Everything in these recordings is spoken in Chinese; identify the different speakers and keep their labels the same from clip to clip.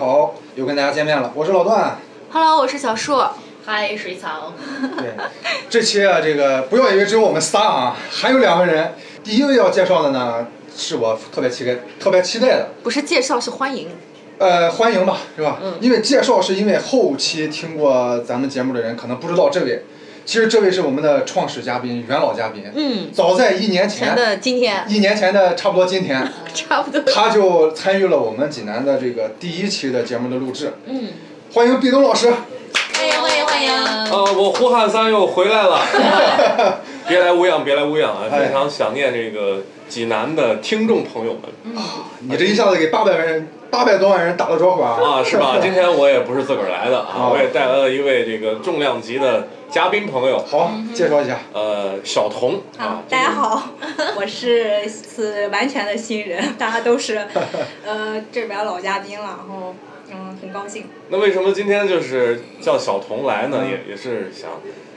Speaker 1: 头又跟大家见面了，我是老段。
Speaker 2: Hello，我是小树。
Speaker 3: 嗨，水草，
Speaker 1: 对，这期啊，这个不要以为只有我们仨啊，还有两个人。第一位要介绍的呢，是我特别期待、特别期待的，
Speaker 2: 不是介绍，是欢迎。
Speaker 1: 呃，欢迎吧，是吧？因为介绍是因为后期听过咱们节目的人可能不知道这位，其实这位是我们的创始嘉宾、元老嘉宾。
Speaker 2: 嗯，
Speaker 1: 早在一年
Speaker 2: 前
Speaker 1: 前，
Speaker 2: 的今天
Speaker 1: 一年前的差不多今天，
Speaker 2: 差不多。
Speaker 1: 他就参与了我们济南的这个第一期的节目的录制。
Speaker 3: 嗯，
Speaker 1: 欢迎壁咚老师。
Speaker 2: 欢迎欢迎欢迎！
Speaker 4: 呃，我胡汉三又回来了， 别来无恙，别来无恙
Speaker 1: 哎
Speaker 4: 啊！非常想念这个济南的听众朋友们
Speaker 1: 你这一下子给八百万人、八百多万人打了招呼啊！
Speaker 4: 啊，是 吧？今天我也不是自个儿来的
Speaker 1: 啊
Speaker 4: 啊，我也带来了一位这个重量级的嘉宾朋友，
Speaker 1: 好，介绍一下，
Speaker 4: 呃，小童啊
Speaker 5: 啊，，大 家好，我是是完全的新人， 大家都是呃这边老嘉宾了，然后嗯很 高兴。
Speaker 4: 那为什么今天就是叫小童来呢？
Speaker 1: 嗯
Speaker 4: 也也是想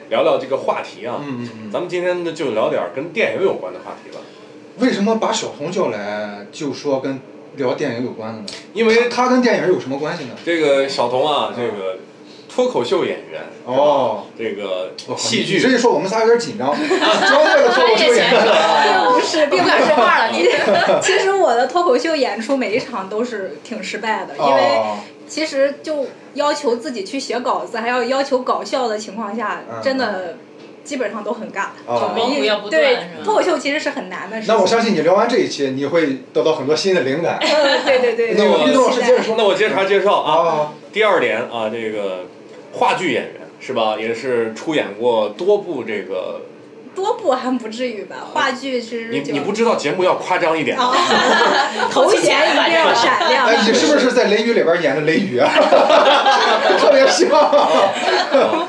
Speaker 4: 聊聊这个话题啊。
Speaker 1: 嗯嗯嗯
Speaker 4: 咱们今天呢就聊点儿跟电影有关的话题吧，
Speaker 1: 为什么把小童叫来就说跟聊电影有关的呢？
Speaker 4: 因为
Speaker 1: 他跟电影有什么关系呢？
Speaker 4: 这个小童啊，这个脱口秀演员，
Speaker 1: 哦，
Speaker 4: 这个
Speaker 1: 我靠
Speaker 4: 戏剧
Speaker 1: 你这一说我们仨有点 紧张，专业的脱口秀演
Speaker 3: 专业选手
Speaker 1: 员。
Speaker 5: 并不是，并
Speaker 3: 不
Speaker 5: 不
Speaker 3: 敢说
Speaker 5: 是。
Speaker 3: 话了，你
Speaker 5: 其实我的脱口秀演出每一场都是挺失败的，因为
Speaker 1: 哦，
Speaker 5: 其实就要求自己去写稿子，还要要求搞笑的情况下
Speaker 1: 嗯，
Speaker 5: 真的基本上都很尬。
Speaker 1: 哦
Speaker 5: 就没
Speaker 3: 光谱要不断
Speaker 5: 对
Speaker 3: 是吧
Speaker 5: 脱口秀其实是很难的事情。
Speaker 1: 那我相信你聊完这一期，你会得到很多新的灵 感。
Speaker 5: 呃对对对，
Speaker 1: 那我
Speaker 5: 对
Speaker 1: 毕竟
Speaker 4: 毕竟
Speaker 1: 老
Speaker 5: 我
Speaker 1: 师
Speaker 5: 期
Speaker 1: 接着
Speaker 5: 待。
Speaker 1: 说
Speaker 4: 那我接着介绍啊，
Speaker 1: 啊，
Speaker 4: 第二点啊，这个话剧演员是吧，也是出演过多部这个，
Speaker 5: 多部还不至于吧？话剧是
Speaker 4: 你
Speaker 5: 就
Speaker 4: 你不知道节目要夸张一点，
Speaker 5: 啊，头衔一定要闪 亮。
Speaker 1: 哎，你是不是在《雷雨》里边演的雷雨啊？ 特别 像。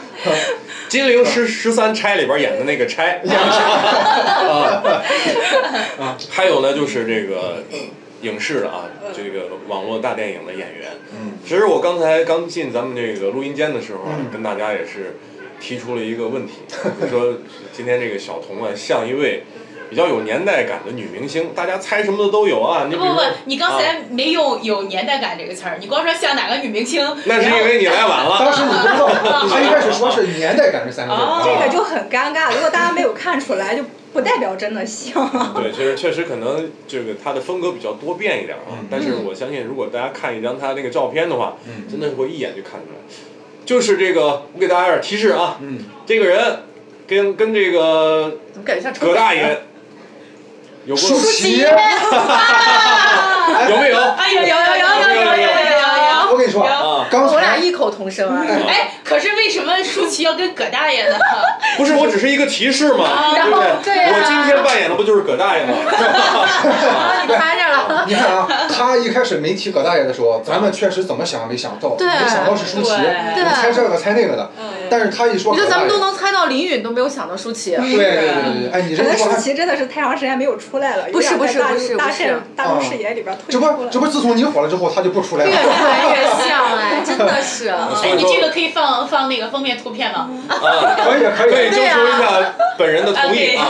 Speaker 4: 金陵十十三钗里边演的那个钗， 啊啊，还有呢就是这个影视啊，这个网络大电影的演员。
Speaker 1: 嗯，
Speaker 4: 其实我刚才刚进咱们这个录音间的时候啊
Speaker 1: 嗯，
Speaker 4: 跟大家也是提出了一个问题，就说今天这个小童啊，像一位比较有年代感的女明星，大家猜什么的都有啊。你
Speaker 3: 不
Speaker 4: 比如
Speaker 3: 不不
Speaker 4: 说，，啊
Speaker 3: 你刚才没用“有年代感”这个词儿，你光说像哪个女明星，
Speaker 4: 那是因为你来晚了。
Speaker 1: 当时你不知道，他一开始说是年代感这三个字啊儿。
Speaker 3: 哦
Speaker 5: 这个就很尴尬，如果大家没有看出来，就不代表真的像。
Speaker 4: 对，确实确实可能这个她的风格比较多变一点啊
Speaker 1: 嗯，
Speaker 4: 但是我相信如果大家看一张她那个照片的话，
Speaker 1: 嗯
Speaker 4: 真的会一眼就看出来。就是这个，我给大家点提示啊，
Speaker 1: 嗯，
Speaker 4: 这个人跟跟这个
Speaker 3: 怎么感觉像
Speaker 4: 葛大爷有过
Speaker 1: 舒淇，
Speaker 4: 有没有？
Speaker 3: 哎有有有有有有有有有。
Speaker 1: 我跟你说，
Speaker 4: 啊，
Speaker 1: 刚才
Speaker 2: 异口同声啊！
Speaker 3: 哎，可是为什么舒淇要跟葛大爷呢？
Speaker 4: 不是，我只是一个提示嘛，
Speaker 3: 啊
Speaker 4: 对不
Speaker 2: 然后对啊
Speaker 4: 我今天扮演的不就是葛 大爷吗？
Speaker 2: 啊，你插这儿了。
Speaker 1: 你看啊，他一开始没提葛大爷的时候，咱们确实怎么想没想到，
Speaker 2: 对
Speaker 1: 没想到是舒淇，
Speaker 3: 对
Speaker 1: 你猜这个猜那个的。
Speaker 4: 嗯
Speaker 1: 但是他一说
Speaker 2: 我觉
Speaker 1: 葛
Speaker 2: 得咱
Speaker 1: 大爷
Speaker 2: 们都，能猜到林允，都没有想到舒淇。
Speaker 1: 对对对对对，哎，你
Speaker 5: 可
Speaker 1: 这
Speaker 5: 能
Speaker 1: 不
Speaker 5: 舒
Speaker 1: 还，
Speaker 5: 淇真的是太长时间没有出来了，
Speaker 2: 不是
Speaker 5: 有点在大
Speaker 2: 不是不是
Speaker 5: 大
Speaker 2: 不是
Speaker 5: 视大众视野里边退
Speaker 1: 这
Speaker 5: 出
Speaker 1: 不
Speaker 5: 了。
Speaker 1: 这不自从你火了之后，他就不出来
Speaker 2: 越
Speaker 1: 了。
Speaker 2: 传越像哎，真的是。
Speaker 3: 哎，你这个可以放放那个封面图片吗？
Speaker 4: 啊，
Speaker 1: 可以 可
Speaker 4: 可以
Speaker 1: 以，
Speaker 4: 征求一
Speaker 3: 啊
Speaker 4: 下本人的同意啊，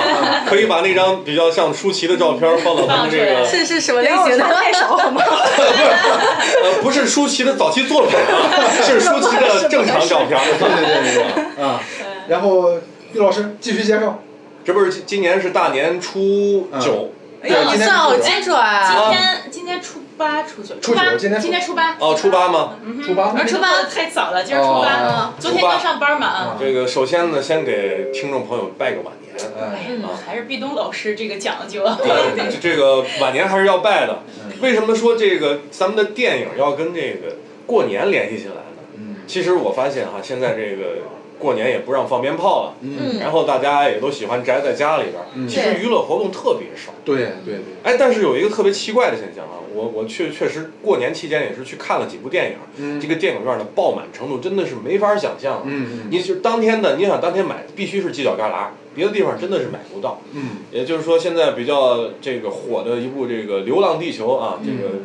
Speaker 4: 可以把那张比较像舒淇的照片放到咱们这个
Speaker 3: 放出
Speaker 2: 是是什么
Speaker 5: 不
Speaker 2: 类
Speaker 5: 要
Speaker 2: 型
Speaker 5: 看
Speaker 2: 的？
Speaker 5: 太少好 吗？
Speaker 4: 呃，不是舒淇的早期作品啊，是舒淇的正常照片。
Speaker 1: 对对对对对，啊，
Speaker 4: 嗯
Speaker 1: 然后毕老师继续介绍，
Speaker 4: 这不是今今年是大年初
Speaker 1: 嗯
Speaker 4: 九
Speaker 1: 对，今天
Speaker 2: 哎算好精准啊！
Speaker 3: 今天今天初八嗯初九
Speaker 1: 初九
Speaker 3: 八，
Speaker 1: 今天初
Speaker 3: 今天初八
Speaker 4: 哦，初八吗？
Speaker 1: 初八，
Speaker 6: 嗯
Speaker 3: 初八太早了，今儿初八，
Speaker 1: 哦
Speaker 3: 昨天刚上班嘛啊。
Speaker 4: 这个首先呢，先给听众朋友拜个晚年。
Speaker 3: 哎
Speaker 1: 哎，
Speaker 3: 呀，还是壁咚老师这个讲究。啊
Speaker 4: 对，这个晚年还是要拜的。
Speaker 1: 嗯
Speaker 4: 为什么说这个咱们的电影要跟这个过年联系起来呢？
Speaker 1: 嗯
Speaker 4: 其实我发现哈、现在这个过年也不让放鞭炮了，
Speaker 1: 嗯，
Speaker 4: 然后大家也都喜欢宅在家里边儿，
Speaker 1: 嗯
Speaker 4: 其实
Speaker 2: 对
Speaker 4: 娱乐活动特别少。
Speaker 1: 对对对，
Speaker 4: 哎，但是有一个特别奇怪的现象啊，我我确确实过年期间也是去看了几部电影，
Speaker 1: 嗯
Speaker 4: 这个电影院的爆满程度真的是没法想象啊。
Speaker 1: 嗯嗯
Speaker 4: 你就当天的，你想当天买，必须是犄角旮旯，别的地方真的是买不到。
Speaker 1: 嗯
Speaker 4: 也就是说，现在比较这个火的一部这个《流浪地球》啊，这个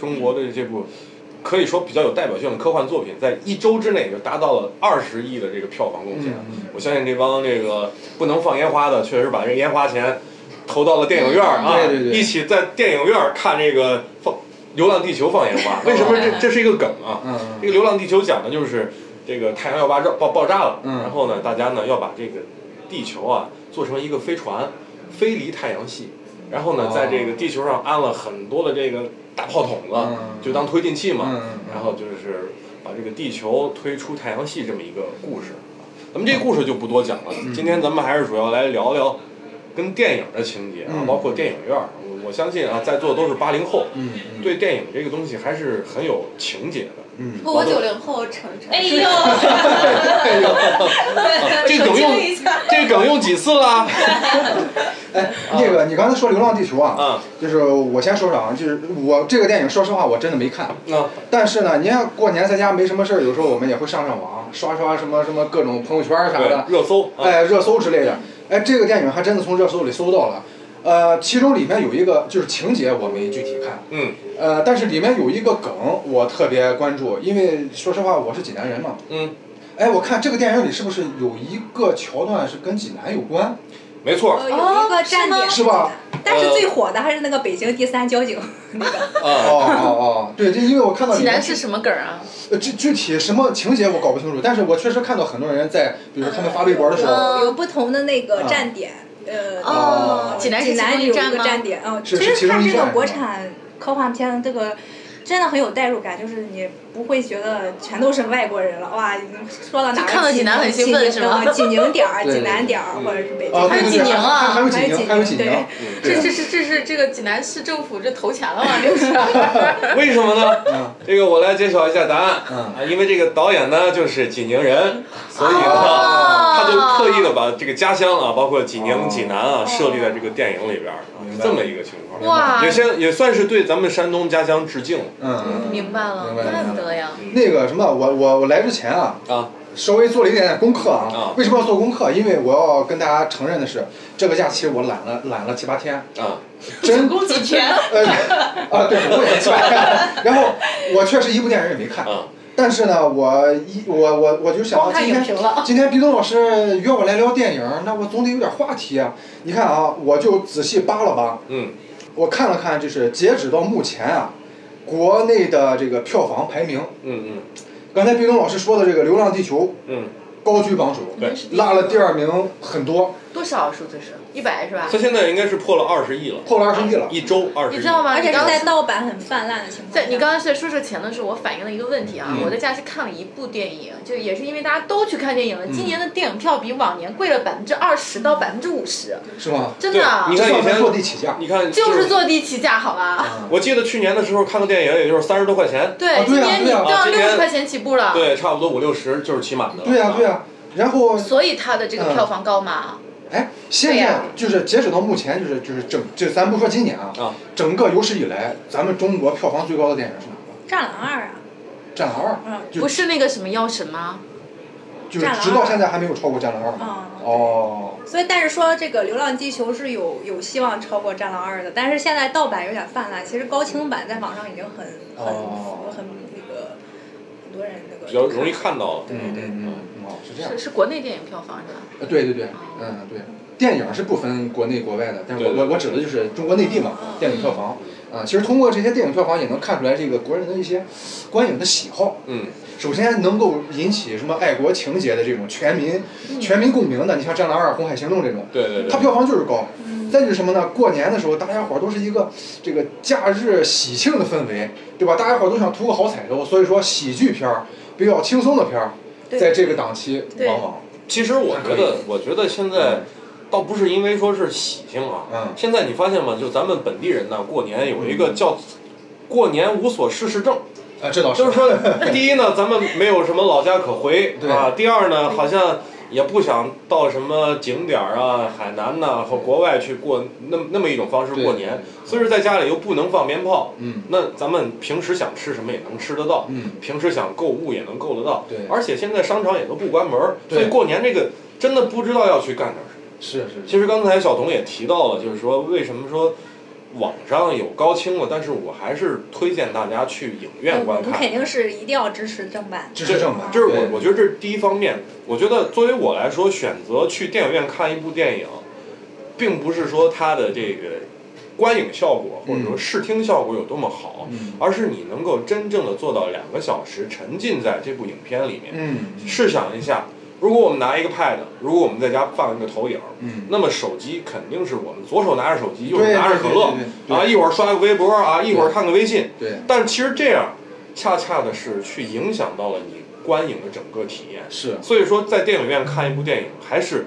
Speaker 4: 中国的这部可以说比较有代表性的科幻作品，在一周之内就达到了二十亿的这个票房贡献。
Speaker 1: 嗯嗯
Speaker 4: 我相信这帮这个不能放烟花的，确实把这烟花钱投到了电影院儿啊，
Speaker 1: 对对对
Speaker 4: 一起在电影院儿看这个放《流浪地球》放烟花，为什么这这是一个梗啊？
Speaker 1: 嗯
Speaker 4: 这个《流浪地球》讲的就是这个太阳要爆炸爆爆炸了，
Speaker 1: 嗯
Speaker 4: 然后呢，大家呢要把这个地球啊做成一个飞船，飞离太阳系，然后呢，
Speaker 1: 哦
Speaker 4: 在这个地球上安了很多的这个大炮筒子，
Speaker 1: 嗯
Speaker 4: 就当推进器嘛，
Speaker 1: 嗯嗯
Speaker 4: 然后就是把这个地球推出太阳系这么一个故事。咱们这个故事就不多讲了，
Speaker 1: 嗯
Speaker 4: 今天咱们还是主要来聊聊跟电影的情节啊，
Speaker 1: 嗯
Speaker 4: 包括电影院儿。我我相信啊，在座都是八零后，
Speaker 1: 嗯嗯
Speaker 4: 对电影这个东西还是很有情节的。
Speaker 1: 嗯，
Speaker 5: 我九零后成 成，
Speaker 3: 哎呦，
Speaker 4: 啊这个梗用
Speaker 3: 澄清一下
Speaker 4: 这个梗用几次 了？
Speaker 1: 哎，那个你刚才说《流浪地球》啊，
Speaker 4: 啊，
Speaker 1: 就是我先说说啊，就是我这个电影，说实话我真的没看，
Speaker 4: 那
Speaker 1: 但是呢，您要过年在家没什么事儿，有时候我们也会上上网，刷刷什么什么各种朋友圈啥的，
Speaker 4: 对热搜，啊
Speaker 1: 哎，热搜之类的。哎，这个电影还真的从热搜里搜到了。呃，其中里面有一个就是情节我没具体看，
Speaker 4: 嗯
Speaker 1: 呃，但是里面有一个梗我特别关注，因为说实话我是济南人嘛。
Speaker 4: 嗯，
Speaker 1: 哎，我看这个电影里是不是有一个桥段是跟济南有关？
Speaker 4: 没错
Speaker 5: 呃，
Speaker 2: 哦
Speaker 5: 有一个站点
Speaker 1: 是呃吗
Speaker 5: 但是最火的还是那个北京第三交警那个。
Speaker 1: 哦
Speaker 4: 啊，
Speaker 1: 哦哦，对，这因为我看到里
Speaker 2: 济
Speaker 1: 面
Speaker 2: 南是什么梗啊？
Speaker 1: 呃具具体什么情节我搞不清楚，但是我确实看到很多人在，比如他们发微博的时候，啊
Speaker 2: 嗯
Speaker 5: 有不同的那个站点，呃，
Speaker 1: 哦
Speaker 2: 济南是
Speaker 5: 济南有
Speaker 2: 其
Speaker 5: 一
Speaker 2: 中一站
Speaker 5: 个
Speaker 2: 吗
Speaker 5: 站点，嗯，
Speaker 1: 是
Speaker 5: 其
Speaker 1: 是其
Speaker 5: 实
Speaker 1: 中
Speaker 5: 看
Speaker 1: 一
Speaker 5: 这
Speaker 1: 站
Speaker 5: 个
Speaker 1: 是
Speaker 5: 国
Speaker 1: 吗
Speaker 5: 产科幻片，这个真的很有代入感，就是你不会觉得全都是外国人了，哇，说到哪
Speaker 2: 就
Speaker 5: 儿
Speaker 2: 看到济南很兴奋
Speaker 5: 济
Speaker 2: 是吗
Speaker 5: 呃济宁 点儿、
Speaker 1: 对
Speaker 5: 济
Speaker 1: 对
Speaker 5: 南
Speaker 1: 对
Speaker 5: 点儿或者是北
Speaker 1: 啊，
Speaker 5: 京，
Speaker 1: 对
Speaker 2: 还有
Speaker 1: 对
Speaker 2: 济
Speaker 1: 对，
Speaker 2: 宁啊
Speaker 1: 还有济
Speaker 5: 还有
Speaker 1: 宁，
Speaker 5: 济
Speaker 1: 还有
Speaker 5: 宁
Speaker 1: 济宁
Speaker 5: 对，
Speaker 4: 嗯
Speaker 2: 这
Speaker 1: 对
Speaker 2: 这是这是这个济南市政府这投钱了吗？这是
Speaker 4: 为什么呢？
Speaker 1: 嗯
Speaker 4: 这个我来揭晓一下答案
Speaker 1: 嗯
Speaker 4: 啊，因为这个导演呢就是济宁人，所以呢，
Speaker 2: 哦
Speaker 4: 他就特意的把这个家乡啊，包括济
Speaker 1: 哦
Speaker 4: 宁、济南啊，设立在这个电影里边儿啊，
Speaker 1: 明
Speaker 4: 是
Speaker 1: 白
Speaker 4: 这么一个情况。
Speaker 2: 哇
Speaker 4: 也，先也算是对咱们山东家乡致敬了
Speaker 1: 嗯。
Speaker 2: 明白了，
Speaker 1: 明白了
Speaker 2: 怪不得呀。
Speaker 1: 那个什么，我我我来之前啊，
Speaker 4: 啊。
Speaker 1: 稍微做了一点点功课啊
Speaker 4: 啊。
Speaker 1: 为什么要做功课？因为我要跟大家承认的是，这个假期我懒了懒了七八天，
Speaker 4: 啊，
Speaker 1: 真
Speaker 3: 总共几天？
Speaker 1: 呃啊对，总共也七八 天。然后我确实一部电影也没看，
Speaker 4: 啊
Speaker 1: 但是呢，我一我我我就想到
Speaker 2: 光看
Speaker 1: 今
Speaker 2: 哦影
Speaker 1: 天
Speaker 2: 评了
Speaker 1: 今天毕东老师约我来聊电影，那我总得有点话题啊。你看啊，我就仔细扒了扒，
Speaker 4: 嗯，
Speaker 1: 我看了看，就是截止到目前啊，国内的这个票房排名。
Speaker 4: 嗯
Speaker 1: 刚才毕东老师说的这个《流浪地球》
Speaker 4: 嗯嗯，
Speaker 1: 高居榜首，
Speaker 4: 对，
Speaker 1: 落了第二名很多，
Speaker 2: 多少啊数字是？一百是吧？
Speaker 4: 他现在应该是破了二十亿了，
Speaker 1: 破了二十亿了。
Speaker 4: 一周二十亿。
Speaker 2: 你知道吗？
Speaker 5: 而且
Speaker 2: 你
Speaker 5: 是
Speaker 2: 刚
Speaker 5: 在盗版很泛滥的情况
Speaker 2: 在
Speaker 5: 下。
Speaker 2: 你刚刚在说这钱的时候，我反映了一个问题啊，
Speaker 4: 嗯
Speaker 2: 我在假期看了一部电影，就也是因为大家都去看电影了，今年的电影票比往年贵了百分之二十到百分之五十，
Speaker 1: 是吗？
Speaker 2: 真的啊
Speaker 4: 你，
Speaker 1: 这算
Speaker 4: 看以
Speaker 1: 不算
Speaker 4: 前
Speaker 1: 坐地起价？
Speaker 4: 你看，
Speaker 2: 就是嗯坐地起价，好吧？
Speaker 1: 啊
Speaker 4: 我记得去年的时候看个电影，也就是三十多块钱，
Speaker 1: 啊
Speaker 2: 对，
Speaker 1: 对
Speaker 2: 今
Speaker 1: 啊
Speaker 2: 年你
Speaker 1: 对啊
Speaker 2: 都要
Speaker 4: 啊今
Speaker 2: 六
Speaker 4: 年
Speaker 2: 十块钱起步了，
Speaker 4: 对，差不多五六十就是起码的了。
Speaker 1: 对呀、对呀、啊然后，
Speaker 2: 所以它的这个票房高嘛，
Speaker 1: 哎，现
Speaker 2: 对
Speaker 1: 在
Speaker 2: 呀
Speaker 1: 就是截止到目前，就是就是整这，咱不说今年啊，
Speaker 4: 啊
Speaker 1: 整个有史以来，咱们中国票房最高的电影是哪个？
Speaker 5: 《战狼二》啊，
Speaker 1: 《战狼二
Speaker 5: 嗯》
Speaker 1: 就
Speaker 2: 不是那个什么药神吗？
Speaker 1: 就是
Speaker 5: 战狼二
Speaker 1: 直到现在还没有超过《战狼二》
Speaker 5: 嗯。
Speaker 1: 哦，
Speaker 5: 所以，但是说这个《流浪地球》是有有希望超过《战狼二》的，但是现在盗版有点泛滥，其实高清版在网上已经很很、
Speaker 1: 哦
Speaker 5: 很那个很多人那个
Speaker 4: 比较容易看到了。
Speaker 5: 对
Speaker 1: 嗯
Speaker 5: 对对
Speaker 1: 嗯嗯，哦，是这样
Speaker 2: 是。是国内电影票房是吧？
Speaker 1: 呃对对对，嗯对，电影是不分国内国外的，但是我
Speaker 4: 对对
Speaker 1: 我我指的就是中国内地嘛，
Speaker 5: 嗯
Speaker 1: 电影票房啊、其实通过这些电影票房也能看出来这个国人的一些观影的喜好。
Speaker 4: 嗯，
Speaker 1: 首先能够引起什么爱国情节的这种全民、
Speaker 5: 嗯
Speaker 1: 全民共鸣的，你像《战狼二》《红海行动》这种，
Speaker 4: 对对对。
Speaker 1: 它票房就是高。再就是什么呢？过年的时候，大家伙儿都是一个这个假日喜庆的氛围，对吧？大家伙儿都想图个好彩头，所以说喜剧片儿、比较轻松的片儿，
Speaker 5: 对
Speaker 1: 在这个档期
Speaker 5: 对
Speaker 1: 往往
Speaker 4: 其实我觉得，我觉得现在
Speaker 5: 嗯
Speaker 4: 倒不是因为说是喜庆啊，
Speaker 1: 嗯
Speaker 4: 现在你发现吗？就咱们本地人呢，过年有一个叫“过年无所事事症
Speaker 1: 啊，这倒”，
Speaker 4: 就 是说，第一呢，咱们没有什么老家可回
Speaker 1: 对
Speaker 4: 啊；第二呢，好像也不想到什么景点儿啊、海南呐、和国外去过那那么一种方式过年，所以说在家里又不能放鞭炮，
Speaker 1: 嗯
Speaker 4: 那咱们平时想吃什么也能吃得到，
Speaker 1: 嗯
Speaker 4: 平时想购物也能购得到，
Speaker 1: 对
Speaker 4: 而且现在商场也都不关门儿，
Speaker 1: 对
Speaker 4: 所以过年这个真的不知道要去干点儿什么。
Speaker 1: 是是
Speaker 4: 其实刚才小童也提到了，就是说为什么说网上有高清了，但是我还是推荐大家去影院
Speaker 5: 哎我
Speaker 4: 观
Speaker 5: 们
Speaker 4: 看。
Speaker 5: 肯定是一定要支持正版。
Speaker 1: 支持正版，
Speaker 4: 这是我
Speaker 1: 对
Speaker 4: 我觉得这是第一方面。我觉得作为我来说，选择去电影院看一部电影，并不是说它的这个观影效果或者说
Speaker 1: 嗯
Speaker 4: 视听效果有多么好，
Speaker 1: 嗯
Speaker 4: 而是你能够真正的做到两个小时沉浸在这部影片里面。
Speaker 1: 嗯
Speaker 4: 试想一下，如果我们拿一个 pad，如果我们在家放一个投影，
Speaker 1: 嗯，
Speaker 4: 那么手机肯定是我们左手拿着手机，右手
Speaker 1: 对
Speaker 4: 拿着可乐
Speaker 1: 对对对对
Speaker 4: 啊，一会儿刷个微博啊，一会儿看个微信。
Speaker 1: 对，
Speaker 4: 但其实这样，恰恰的是去影响到了你观影的整个体验。
Speaker 1: 是
Speaker 4: 所以说，在电影院看一部电影，还是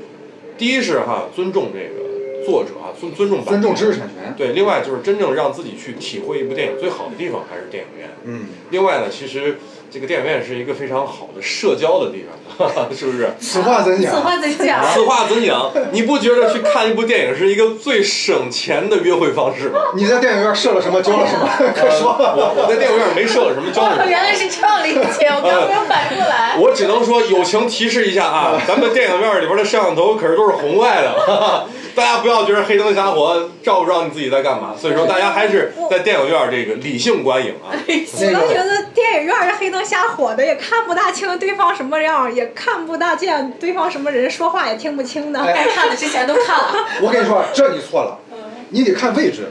Speaker 4: 第一是哈尊重这个作者啊，尊尊重版
Speaker 1: 尊重
Speaker 4: 权
Speaker 1: 知识产权。
Speaker 4: 对，另外就是真正让自己去体会一部电影最好的地方还是电影院。
Speaker 1: 嗯，
Speaker 4: 另外呢，其实这个电影院是一个非常好的社交的地方， 哈哈，是不是？
Speaker 1: 此话怎
Speaker 2: 此
Speaker 1: 讲？
Speaker 2: 话怎讲？
Speaker 4: 此话怎讲？你不觉得去看一部电影是一个最省钱的约会方式吗？
Speaker 1: 你在电影院射了什么，交了什么？快说
Speaker 4: 呃我我在电影院没受了什么教
Speaker 2: 哦，
Speaker 4: 育。
Speaker 2: 原来是这样理解，我刚没有反应过 来。
Speaker 4: 我只能说友情提示一 下啊，咱们电影院里边的摄像头可是都是红外的， 哈哈大家不要觉得黑灯瞎火，照不着你自己在干嘛。所以说，大家还是在电影院这个理性观影 啊。
Speaker 5: 我
Speaker 1: 那
Speaker 5: 都觉
Speaker 1: 个
Speaker 5: 得电影院是黑灯瞎火的，也看不大清对方什么样，也看不大见对方什么人，说话也听不清的。
Speaker 1: 哎
Speaker 3: 该看的之前都看了，
Speaker 1: 我跟你说，这你错了，你得看位置。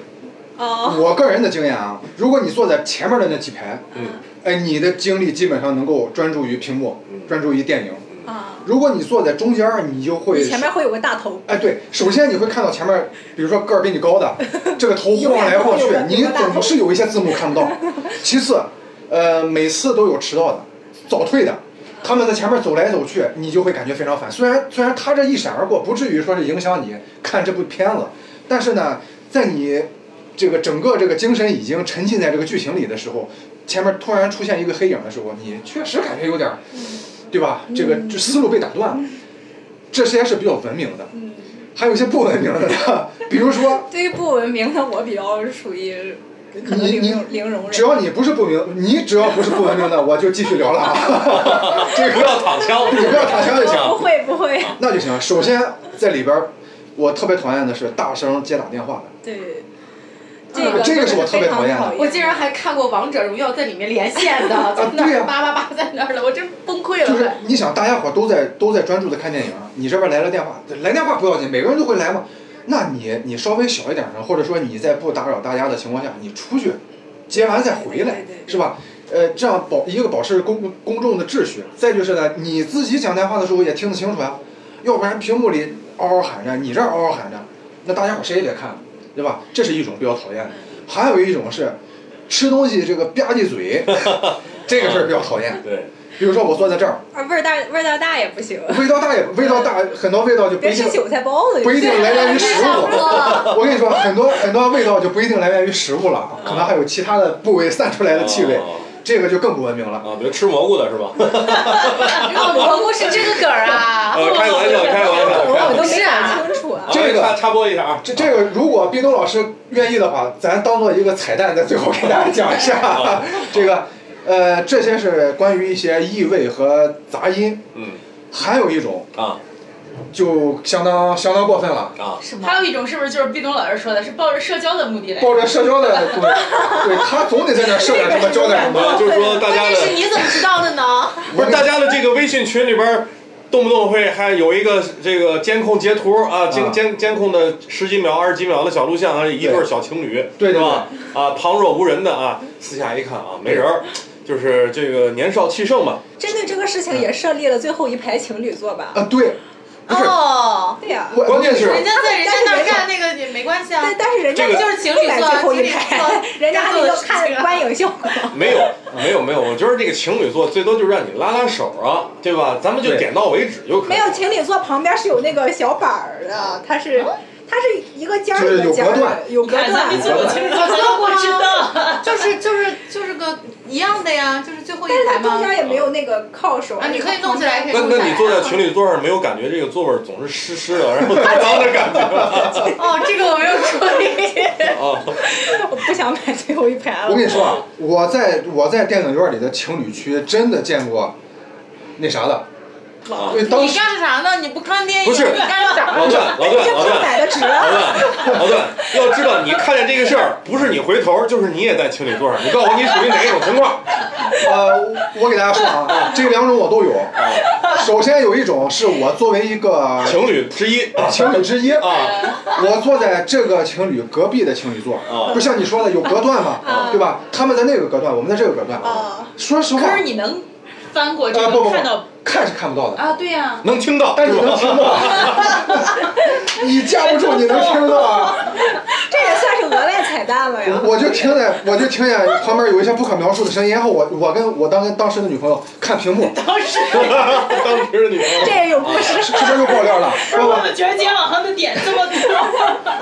Speaker 5: 哦，
Speaker 1: 我个人的经验啊，如果你坐在前面的那几排，
Speaker 4: 嗯
Speaker 1: 哎，你的精力基本上能够专注于屏幕
Speaker 4: 嗯，
Speaker 1: 专注于电影。
Speaker 5: 啊，
Speaker 1: 如果你坐在中间儿，你就会
Speaker 5: 你前面会有个大头，
Speaker 1: 哎，对，首先你会看到前面，比如说个儿比你高 的，这个头
Speaker 5: 有
Speaker 1: 晃来
Speaker 5: 眼
Speaker 1: 晃去
Speaker 5: 有眼，
Speaker 1: 你
Speaker 5: 有大
Speaker 1: 总
Speaker 5: 头
Speaker 1: 是有一些字幕看不 到。其次，呃，每次都有迟到的、早退的，他们在前面走来走去，你就会感觉非常烦。虽然虽然他这一闪而过，不至于说是影响你看这部片子，但是呢，在你这个整个这个精神已经沉浸在这个剧情里的时候，前面突然出现一个黑影的时候，你确实感觉有点儿，
Speaker 5: 嗯
Speaker 1: 对吧？这个就思路被打断了，这些是比较文明的。
Speaker 5: 嗯，
Speaker 1: 还有一些不文明的 呢，比如说，
Speaker 5: 对于不文明的我比较属于可能
Speaker 1: 你
Speaker 5: 零
Speaker 1: 你
Speaker 5: 容零容忍。
Speaker 1: 只要你不是不明，你只要不是不文明的，我就继续聊了啊。这
Speaker 4: 不
Speaker 1: 个
Speaker 4: 要躺 枪，
Speaker 1: 你不要躺枪就行，
Speaker 5: 呃不会不会，
Speaker 1: 那就行。首先在里边儿，我特别讨厌的是大声接打电话的，
Speaker 5: 对，
Speaker 1: 啊
Speaker 5: 个
Speaker 1: 这
Speaker 5: 这
Speaker 1: 个是我特别讨厌的
Speaker 2: 我竟然还看过《王者荣耀》在里面连线的，在那
Speaker 1: 啊对呀
Speaker 2: 儿叭叭叭在那儿了，我真崩溃
Speaker 1: 就是
Speaker 2: 了。
Speaker 1: 你想大家伙都在都在专注的看电影，你这边来了电话，来电话不要紧，每个人都会来嘛。那你你稍微小一点声，或者说你在不打扰大家的情况下，你出去接完再回来，
Speaker 5: 对对对对
Speaker 1: 是吧？呃，这样保一个保持公公众的秩序。再就是呢，你自己讲电话的时候也听得清楚啊，要不然屏幕里嗷嗷喊着，你这儿嗷嗷喊着，那大家伙谁也别看，对吧？这是一种比较讨厌的。还有一种是吃东西这个吧唧 嘴，这个事儿比较讨厌。
Speaker 4: 对，
Speaker 1: 比如说我坐在这儿。
Speaker 5: 啊味儿大味儿道大也不行，
Speaker 1: 味道大也味道大，很多味道就不
Speaker 5: 别
Speaker 1: 一定
Speaker 5: 吃韭菜包子就
Speaker 1: 不一
Speaker 5: 行。
Speaker 1: 定来源于食
Speaker 2: 上
Speaker 1: 物。
Speaker 2: 了，
Speaker 1: 我跟你说，很多很多味道就不一定来源于食物了啊，可能还有其他的部位散出来的气味，这个就更不文明了。
Speaker 4: 啊，比如哦吃蘑菇的 是吧？
Speaker 2: 哦，蘑菇是这个梗儿啊！
Speaker 4: 呃，开个玩笑，开个玩笑，开
Speaker 5: 我我
Speaker 4: 玩笑
Speaker 5: 都
Speaker 2: 是
Speaker 5: 没
Speaker 2: 啊
Speaker 5: 搞清楚啊。
Speaker 1: 这个
Speaker 4: 啊插插播一下啊，
Speaker 1: 这这个，如果毕东老师愿意的话，咱当做一个彩蛋，在最后给大家讲一
Speaker 4: 哦
Speaker 1: 下 这个。呃，这些是关于一些异味和杂音，
Speaker 4: 嗯
Speaker 1: 还有一种
Speaker 4: 啊
Speaker 1: 就相当相当过分了，
Speaker 4: 啊，
Speaker 2: 什
Speaker 3: 还有一种是不是就是毕东老师说的，是抱着社交的目的来？
Speaker 1: 抱着社交的目的，对他总得在那儿设点什么，交代什么。
Speaker 4: 呃，就是说大
Speaker 2: 关
Speaker 4: 家
Speaker 2: 键是
Speaker 4: 的
Speaker 2: 你怎么知道的呢？
Speaker 4: 不是大家的这个微信群里边儿，动不动会还有一个这个监控截图啊，
Speaker 1: 啊
Speaker 4: 监监监控的十几秒、二十几秒的小录像啊，一对儿小情侣，
Speaker 1: 对对
Speaker 4: 是吧？啊，旁若无人的啊，私下一看啊，没人儿，就是这个年少气盛嘛，
Speaker 5: 针对这个事情也设立了最后一排情侣座吧？
Speaker 1: 啊，对，不是，
Speaker 2: 哦，
Speaker 5: 对呀、
Speaker 1: 我
Speaker 4: 关键是
Speaker 2: 人家在人家那儿干那个也没关系啊
Speaker 5: 但。但是人家
Speaker 4: 这个
Speaker 2: 就是情
Speaker 5: 不
Speaker 2: 侣
Speaker 5: 买
Speaker 2: 座
Speaker 5: 最后
Speaker 2: 情
Speaker 5: 一
Speaker 2: 侣
Speaker 5: 排，
Speaker 2: 座
Speaker 5: 人家还
Speaker 2: 该
Speaker 5: 得要
Speaker 2: 做的事
Speaker 5: 看
Speaker 2: 情啊
Speaker 5: 观影效果。
Speaker 4: 没有，
Speaker 1: 嗯
Speaker 4: 没有，没有。我觉得这个情侣座最多就让你拉拉手啊，对吧？咱们就
Speaker 1: 对
Speaker 4: 点到为止就可以。
Speaker 5: 没有情侣座旁边是有那个小板儿的，它是
Speaker 2: 哦
Speaker 5: 它是一个尖儿
Speaker 1: 就是
Speaker 5: 一
Speaker 1: 有
Speaker 5: 个尖
Speaker 1: 隔
Speaker 5: 儿的，
Speaker 1: 断
Speaker 5: 有隔
Speaker 2: 哎
Speaker 3: 看咱
Speaker 5: 断
Speaker 3: 们。这种情侣座，咱都不知道。
Speaker 2: 啊就是就是就是个一样的呀，就是最后一
Speaker 5: 啊但是它
Speaker 2: 排
Speaker 5: 中
Speaker 2: 吗？
Speaker 5: 间也没有那个靠手。
Speaker 2: 啊，你可以弄起来，可以
Speaker 4: 那
Speaker 2: 弄起
Speaker 4: 那
Speaker 2: 来啊。
Speaker 4: 你坐在情侣座上没有感觉这个座位总是湿湿的，然后脏脏 的感觉吗？
Speaker 2: 哦，这个我没有注意。
Speaker 4: 啊，
Speaker 5: 我不想买最后一排了。
Speaker 1: 我跟你说啊，我在我在电影院里的情侣区真的见过那啥的，
Speaker 4: 啊
Speaker 1: 因为当
Speaker 2: 你
Speaker 1: 时
Speaker 2: 干啥呢？你不看电影，
Speaker 4: 不是
Speaker 2: 你干啥
Speaker 4: 老
Speaker 2: 呢？
Speaker 4: 段，老段，
Speaker 5: 这
Speaker 4: 老
Speaker 5: 票
Speaker 4: 段。
Speaker 5: 买的值
Speaker 4: 老
Speaker 5: 啊！
Speaker 4: 段，老段，要知道你看见这个事儿，不是你回头，就是你也在情侣座上。你告诉我你属于哪一种情况？
Speaker 1: 啊呃，我给大家说啊，这两种我都有。首先有一种是我作为一个
Speaker 4: 情侣之一啊
Speaker 1: 情侣之一，
Speaker 4: 啊，
Speaker 1: 我坐在这个情侣隔壁的情侣座，
Speaker 4: 啊
Speaker 1: 不像你说的有隔断嘛，
Speaker 4: 啊
Speaker 1: 对吧？他们在那个隔断，我们在这个隔断。
Speaker 5: 啊
Speaker 2: 哦
Speaker 1: 说实话，
Speaker 3: 啊可是你能翻过这
Speaker 1: 啊不不
Speaker 3: 个
Speaker 1: 不
Speaker 3: 看到
Speaker 1: 看是看不到的，
Speaker 3: 啊？对呀，
Speaker 4: 能听 到
Speaker 1: 但
Speaker 4: 是
Speaker 1: 你能
Speaker 4: 吧？
Speaker 1: 听到，啊 你架不住你能听到啊！
Speaker 5: 这也算是额外彩蛋了呀。
Speaker 1: 我就听见，我就听见旁边有一些不可描述的声音，然后我我跟我当当时的女朋友看屏幕，
Speaker 3: 当时
Speaker 4: 当时的女
Speaker 5: 这
Speaker 4: 朋友
Speaker 5: 也有故事。
Speaker 1: 是不是又爆料了？
Speaker 3: 不是我们觉得今天晚上的点这 么多，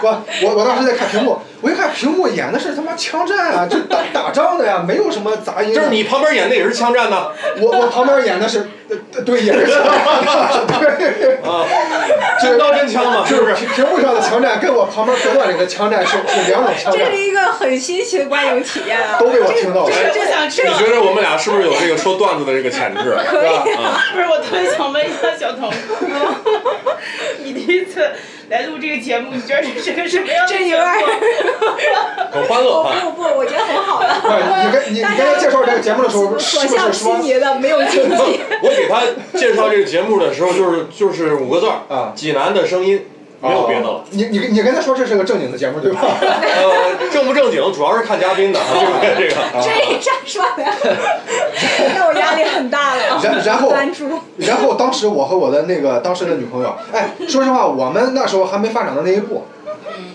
Speaker 1: 我我我当时在看屏幕，我一看屏幕演的是他妈枪战啊，就打打仗的呀，没有什么杂音。
Speaker 4: 就是，你旁边演的也是枪战呢
Speaker 1: 我我旁边演的是，呃对，也是枪战，对，
Speaker 4: 啊，
Speaker 1: 就是
Speaker 4: 真刀真枪嘛，是不是？
Speaker 1: 屏屏幕上的枪战跟我旁边隔断里的枪战是是两种枪
Speaker 5: 这
Speaker 1: 战
Speaker 5: 是，一个很新奇的观影体验啊！
Speaker 1: 都被我听到了。
Speaker 3: 这我想知
Speaker 4: 你
Speaker 3: 道。
Speaker 4: 觉得我们俩是不是有这个说段子的这个潜质？
Speaker 1: 对吧？
Speaker 4: 啊，
Speaker 3: 不是，我特别想问一下小 童，你第一次来录这个节目，你觉得这是个什么样的
Speaker 5: 这
Speaker 3: 情
Speaker 5: 有点
Speaker 3: 况？
Speaker 4: 很欢乐啊哈。
Speaker 5: 不不，我觉得很好的。
Speaker 1: 你跟你你刚才介绍这个节目的时候，
Speaker 5: 所
Speaker 1: 是不
Speaker 5: 向
Speaker 1: 是
Speaker 5: 披
Speaker 1: 说
Speaker 5: 靡的，没有禁忌。
Speaker 4: 我给他介绍这个节目的时候，就是就是五个字儿
Speaker 1: 啊
Speaker 4: 济南的声音，没有别的了。
Speaker 1: 你你你跟他说这是个正经的节目对吧？
Speaker 4: 呃，正不正经主要是看嘉宾的，这个这个。
Speaker 5: 这一站说的， 那我压力很大了。
Speaker 1: 然然后
Speaker 5: 关注
Speaker 1: 然后当时我和我的那个当时的女朋友，哎，说实话，我们那时候还没发展到那一步，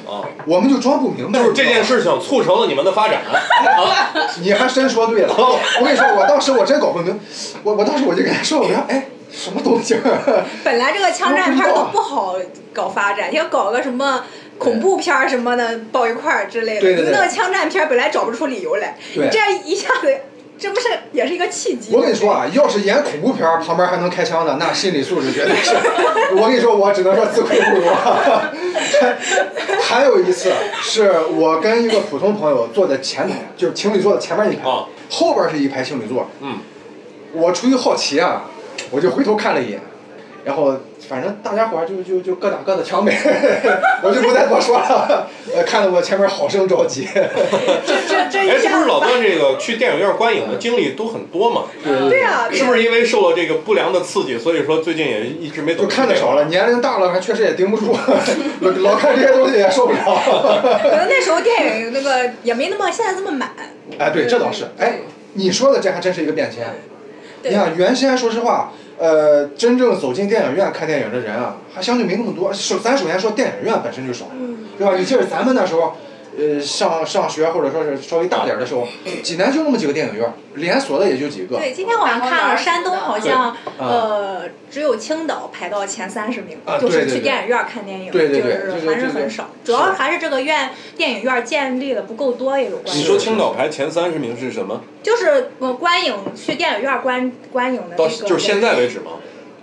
Speaker 4: 啊，
Speaker 1: 我们就装不明白。
Speaker 4: 就是这件事情促成了你们的发展啊！
Speaker 1: 你还真说 对了。
Speaker 4: 哦
Speaker 1: 我跟你说，我当时我真搞不明，我我当时我就跟他说，我说哎，什么东西儿？
Speaker 5: 本来这个枪战片都不好搞发展，要搞个什么恐怖片儿什么的抱一块儿之类的。
Speaker 1: 对对对
Speaker 5: 你弄个枪战片儿本来找不出理由来，
Speaker 1: 对
Speaker 5: 你这样一下子，这不是也是一个契机？
Speaker 1: 我跟你说啊，要是演恐怖片儿，旁边还能开枪的，那心理素质绝对是。我跟你说，我只能说自愧不如。 还有一次是我跟一个普通朋友坐在前排，就是情侣座的前面一排，
Speaker 4: 啊
Speaker 1: 后边是一排情侣座。
Speaker 4: 嗯，
Speaker 1: 我出于好奇啊，我就回头看了一眼，然后反正大家伙儿就就就各打各的枪呗， 我就不再多说了。呃，看得我前面好生着急。
Speaker 5: 这这这
Speaker 4: 哎，
Speaker 5: 一
Speaker 4: 是
Speaker 5: 下
Speaker 4: 不是
Speaker 5: 子
Speaker 4: 老段这个去电影院观影的经历都很多嘛？
Speaker 5: 对啊，
Speaker 4: 是不是因为受了这个不良的刺激，所以说最近也一直没怎
Speaker 1: 就
Speaker 4: 么
Speaker 1: 看得少了，年龄大了，还确实也盯不住， 老老看这些东西也受不了。
Speaker 5: 可能那时候电影那个也没那么现在这么满。
Speaker 1: 哎，对，这倒是。哎，你说的这还真是一个变迁。你
Speaker 5: 对
Speaker 1: 看，原先说实话，呃，真正走进电影院看电影的人啊，还相对没那么多。首，咱首先说电影院本身就少，
Speaker 5: 嗯
Speaker 1: 对吧？你记得咱们那时候，呃，上上学或者说是稍微大点儿的时候，济南就那么几个电影院，连锁的也就几个。
Speaker 5: 对，今天我还看了山东，好像
Speaker 1: 对
Speaker 5: 呃只有青岛排到前三十名
Speaker 1: 嗯啊，
Speaker 5: 就
Speaker 1: 对
Speaker 5: 是
Speaker 1: 对
Speaker 5: 去
Speaker 1: 对
Speaker 5: 电影院看电影，
Speaker 1: 对对对这
Speaker 5: 就是
Speaker 1: 个
Speaker 5: 还是
Speaker 1: 这个
Speaker 5: 很少。
Speaker 1: 是
Speaker 5: 主要还是这个院电影院建立的不够多也有关
Speaker 4: 你
Speaker 5: 系
Speaker 4: 说，青岛排前三十名是什么？
Speaker 5: 就是呃观影去电影院观观影的
Speaker 4: 到
Speaker 5: 那个，
Speaker 4: 就是现在为止吗？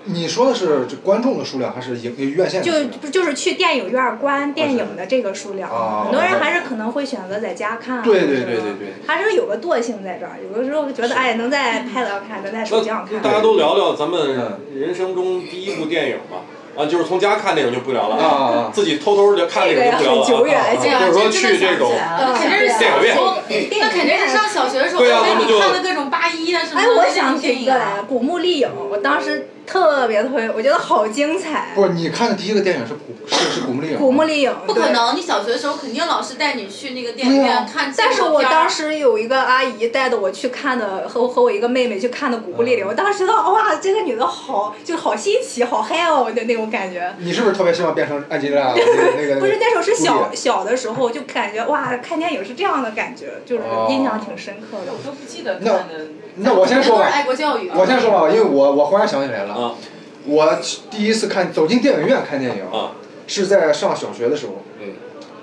Speaker 1: 你说的是这观众的数量还是影呃院线的数
Speaker 5: 就
Speaker 1: 量？
Speaker 5: 不就是去电影院观电影的这个数量
Speaker 1: 啊，
Speaker 5: 很多人还是可能会选择在家看啊，
Speaker 1: 对
Speaker 5: 或者
Speaker 1: 对对对对
Speaker 5: 还是有个惰性在这儿，有的时候觉得哎能在拍的看，能在手机上
Speaker 4: 那
Speaker 5: 看，
Speaker 4: 大家都聊聊咱们
Speaker 1: 嗯
Speaker 4: 人生中第一部电影吧。啊，就是从家看电影就不聊了
Speaker 1: 啊啊啊
Speaker 4: 自己偷偷的看
Speaker 5: 这
Speaker 4: 电
Speaker 5: 个也
Speaker 4: 影就
Speaker 5: 很久
Speaker 4: 不聊了啊。
Speaker 5: 远，
Speaker 2: 哎
Speaker 1: 啊啊
Speaker 5: 而且
Speaker 4: 就是说
Speaker 3: 这真
Speaker 4: 去
Speaker 3: 的想
Speaker 4: 这种
Speaker 3: 不起来了
Speaker 5: 嗯
Speaker 3: 肯定是
Speaker 4: 电影院
Speaker 3: 小时候
Speaker 2: 啊那肯定是上小学的时候，
Speaker 4: 对啊
Speaker 2: 我
Speaker 4: 咱
Speaker 2: 跟
Speaker 4: 们
Speaker 2: 你
Speaker 4: 就
Speaker 2: 看的各种八一啊什么
Speaker 5: 哎，
Speaker 2: 的
Speaker 5: 我
Speaker 2: 那
Speaker 5: 想
Speaker 2: 种电
Speaker 5: 起一
Speaker 2: 影
Speaker 5: 个
Speaker 2: 啊。
Speaker 5: 来，《古墓丽影》，我当时特别特别，我觉得好精彩。
Speaker 1: 不是，你看的第一个电影是古是是古墓丽影。
Speaker 5: 古墓。丽影，
Speaker 2: 不可
Speaker 5: 对。
Speaker 2: 能，你小学的时候肯定老师带你去那个电影
Speaker 1: 对啊
Speaker 2: 院看纪录片儿。
Speaker 5: 但是我当时有一个阿姨带着我去看的，和和我一个妹妹去看的《古墓丽
Speaker 1: 嗯
Speaker 5: 影》，我当时觉得哇，这个女的好，就好新奇，好嗨哦的那种感觉。
Speaker 1: 你是不是特别希望变成安吉拉？那个那个。
Speaker 5: 不是那时候是
Speaker 1: 古
Speaker 5: 小
Speaker 1: 丽
Speaker 5: 小的时候，就感觉哇，看电影是这样的感觉，就是
Speaker 1: 哦
Speaker 5: 印象挺深刻的。
Speaker 3: 我都不记得
Speaker 1: 那
Speaker 3: 看的。
Speaker 1: 那我先说
Speaker 2: 都是
Speaker 1: 吧。
Speaker 2: 爱国教育。
Speaker 1: 我先说吧，因为我我忽然想起来了，
Speaker 4: 啊
Speaker 1: 我第一次看走进电影院看电影，
Speaker 4: 啊，
Speaker 1: 是在上小学的时候，
Speaker 4: 嗯，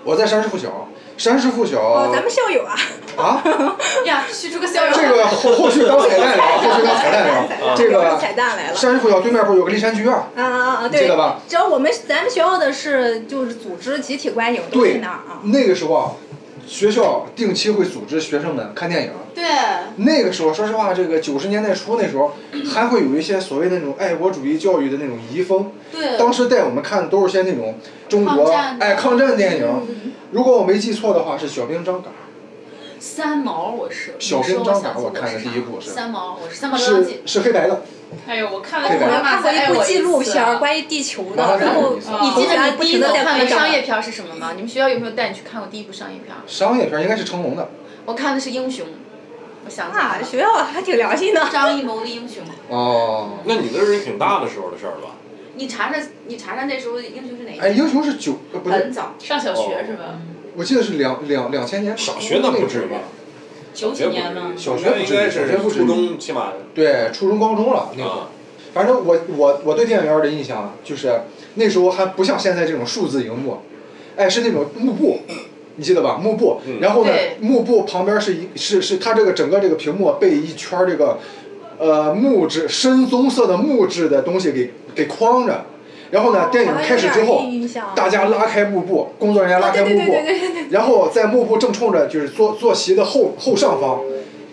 Speaker 1: 我在山师附小，山师附小
Speaker 5: 哦，咱们校友啊，
Speaker 1: 啊，
Speaker 2: 哎呀，去出个校友。
Speaker 1: 这个后后续当彩蛋聊，后续当彩蛋 聊，这
Speaker 5: 有
Speaker 1: 个
Speaker 5: 彩蛋来了。
Speaker 1: 山师附小对面不是有个骊山剧院？
Speaker 5: 啊啊啊！
Speaker 1: 记
Speaker 5: 对
Speaker 1: 得吧，
Speaker 5: 只要我们咱们学校的是就是组织集体观影都去
Speaker 1: 对
Speaker 5: 那儿啊，。
Speaker 1: 那个时候啊，学校定期会组织学生们看电影。
Speaker 2: 对，
Speaker 1: 那个时候，说实话，这个九十年代初那时候，还会有一些所谓那种爱国主义教育的那种遗风。
Speaker 2: 对
Speaker 1: 当时带我们看的都是些那种中国
Speaker 2: 抗战的嗯
Speaker 1: 哎抗战电影，如果我没记错的话是《小兵张嘎》。
Speaker 6: 三毛我是，
Speaker 1: 小
Speaker 6: 你说
Speaker 1: 跟张
Speaker 6: 想
Speaker 1: 哪
Speaker 6: 起
Speaker 1: 我看
Speaker 6: 是
Speaker 1: 的第
Speaker 6: 啥
Speaker 1: 一部是
Speaker 6: 三毛，我是三毛流浪
Speaker 1: 是
Speaker 6: 记，
Speaker 1: 是黑白的，
Speaker 3: 哎呦，我看了
Speaker 1: 对
Speaker 5: 哎我
Speaker 1: 吧
Speaker 5: 还看
Speaker 6: 妈妈
Speaker 5: 过
Speaker 6: 爱
Speaker 5: 一
Speaker 6: 我
Speaker 5: 部
Speaker 6: 一
Speaker 5: 纪录
Speaker 6: 次
Speaker 5: 片儿关于地球
Speaker 1: 麻
Speaker 5: 的，
Speaker 1: 烦
Speaker 5: 然后
Speaker 1: 你
Speaker 6: 你
Speaker 2: 哦记
Speaker 6: 记
Speaker 2: 得
Speaker 6: 得
Speaker 2: 你
Speaker 6: 你
Speaker 2: 第
Speaker 6: 第
Speaker 2: 一
Speaker 6: 一
Speaker 2: 次
Speaker 6: 次
Speaker 2: 看
Speaker 6: 看
Speaker 2: 的
Speaker 6: 的
Speaker 2: 商
Speaker 6: 商
Speaker 2: 业
Speaker 6: 业
Speaker 2: 片是什么吗？你们学校有没有带你去看过第一部商业片？
Speaker 1: 商业片应该是成龙的。
Speaker 2: 我看的是《英雄》，我想起来
Speaker 5: 啊，
Speaker 2: 了，
Speaker 5: 学校还挺良心的。
Speaker 6: 张艺谋的英雄。
Speaker 1: 哦。
Speaker 4: 那你那是挺大的时候的事儿吧？
Speaker 6: 你查查，你查查那时候英雄是哪一
Speaker 1: 哎，
Speaker 6: 年？
Speaker 1: 英雄是九，呃不
Speaker 6: 很
Speaker 1: 是，
Speaker 6: 早，
Speaker 3: 上小学是吧？
Speaker 1: 我记得是两两两千年。
Speaker 4: 小学那不至于，
Speaker 3: 九几年吗？
Speaker 1: 小学
Speaker 4: 那
Speaker 1: 不
Speaker 4: 应
Speaker 1: 至于，
Speaker 4: 该
Speaker 1: 小
Speaker 4: 是
Speaker 1: 学不至
Speaker 4: 初
Speaker 1: 于。
Speaker 4: 中，起码
Speaker 1: 对，初中高中了那会儿。
Speaker 4: 啊，
Speaker 1: 反正我我我对电影院的印象啊，就是那时候还不像现在这种数字荧幕，哎，是那种幕布，你记得吧？幕布
Speaker 4: 嗯，
Speaker 1: 然后呢
Speaker 2: 对，
Speaker 1: 幕布旁边是一是是它这个整个这个屏幕被一圈儿这个呃木质深棕色的木质的东西给给框着，然
Speaker 5: 哦
Speaker 1: 后呢，电影开始之后。
Speaker 5: 印象
Speaker 1: 大家拉开幕布，工作人员拉开幕布，
Speaker 5: 哦对对对
Speaker 1: 然后在幕布正冲着就是坐坐席的后后上方，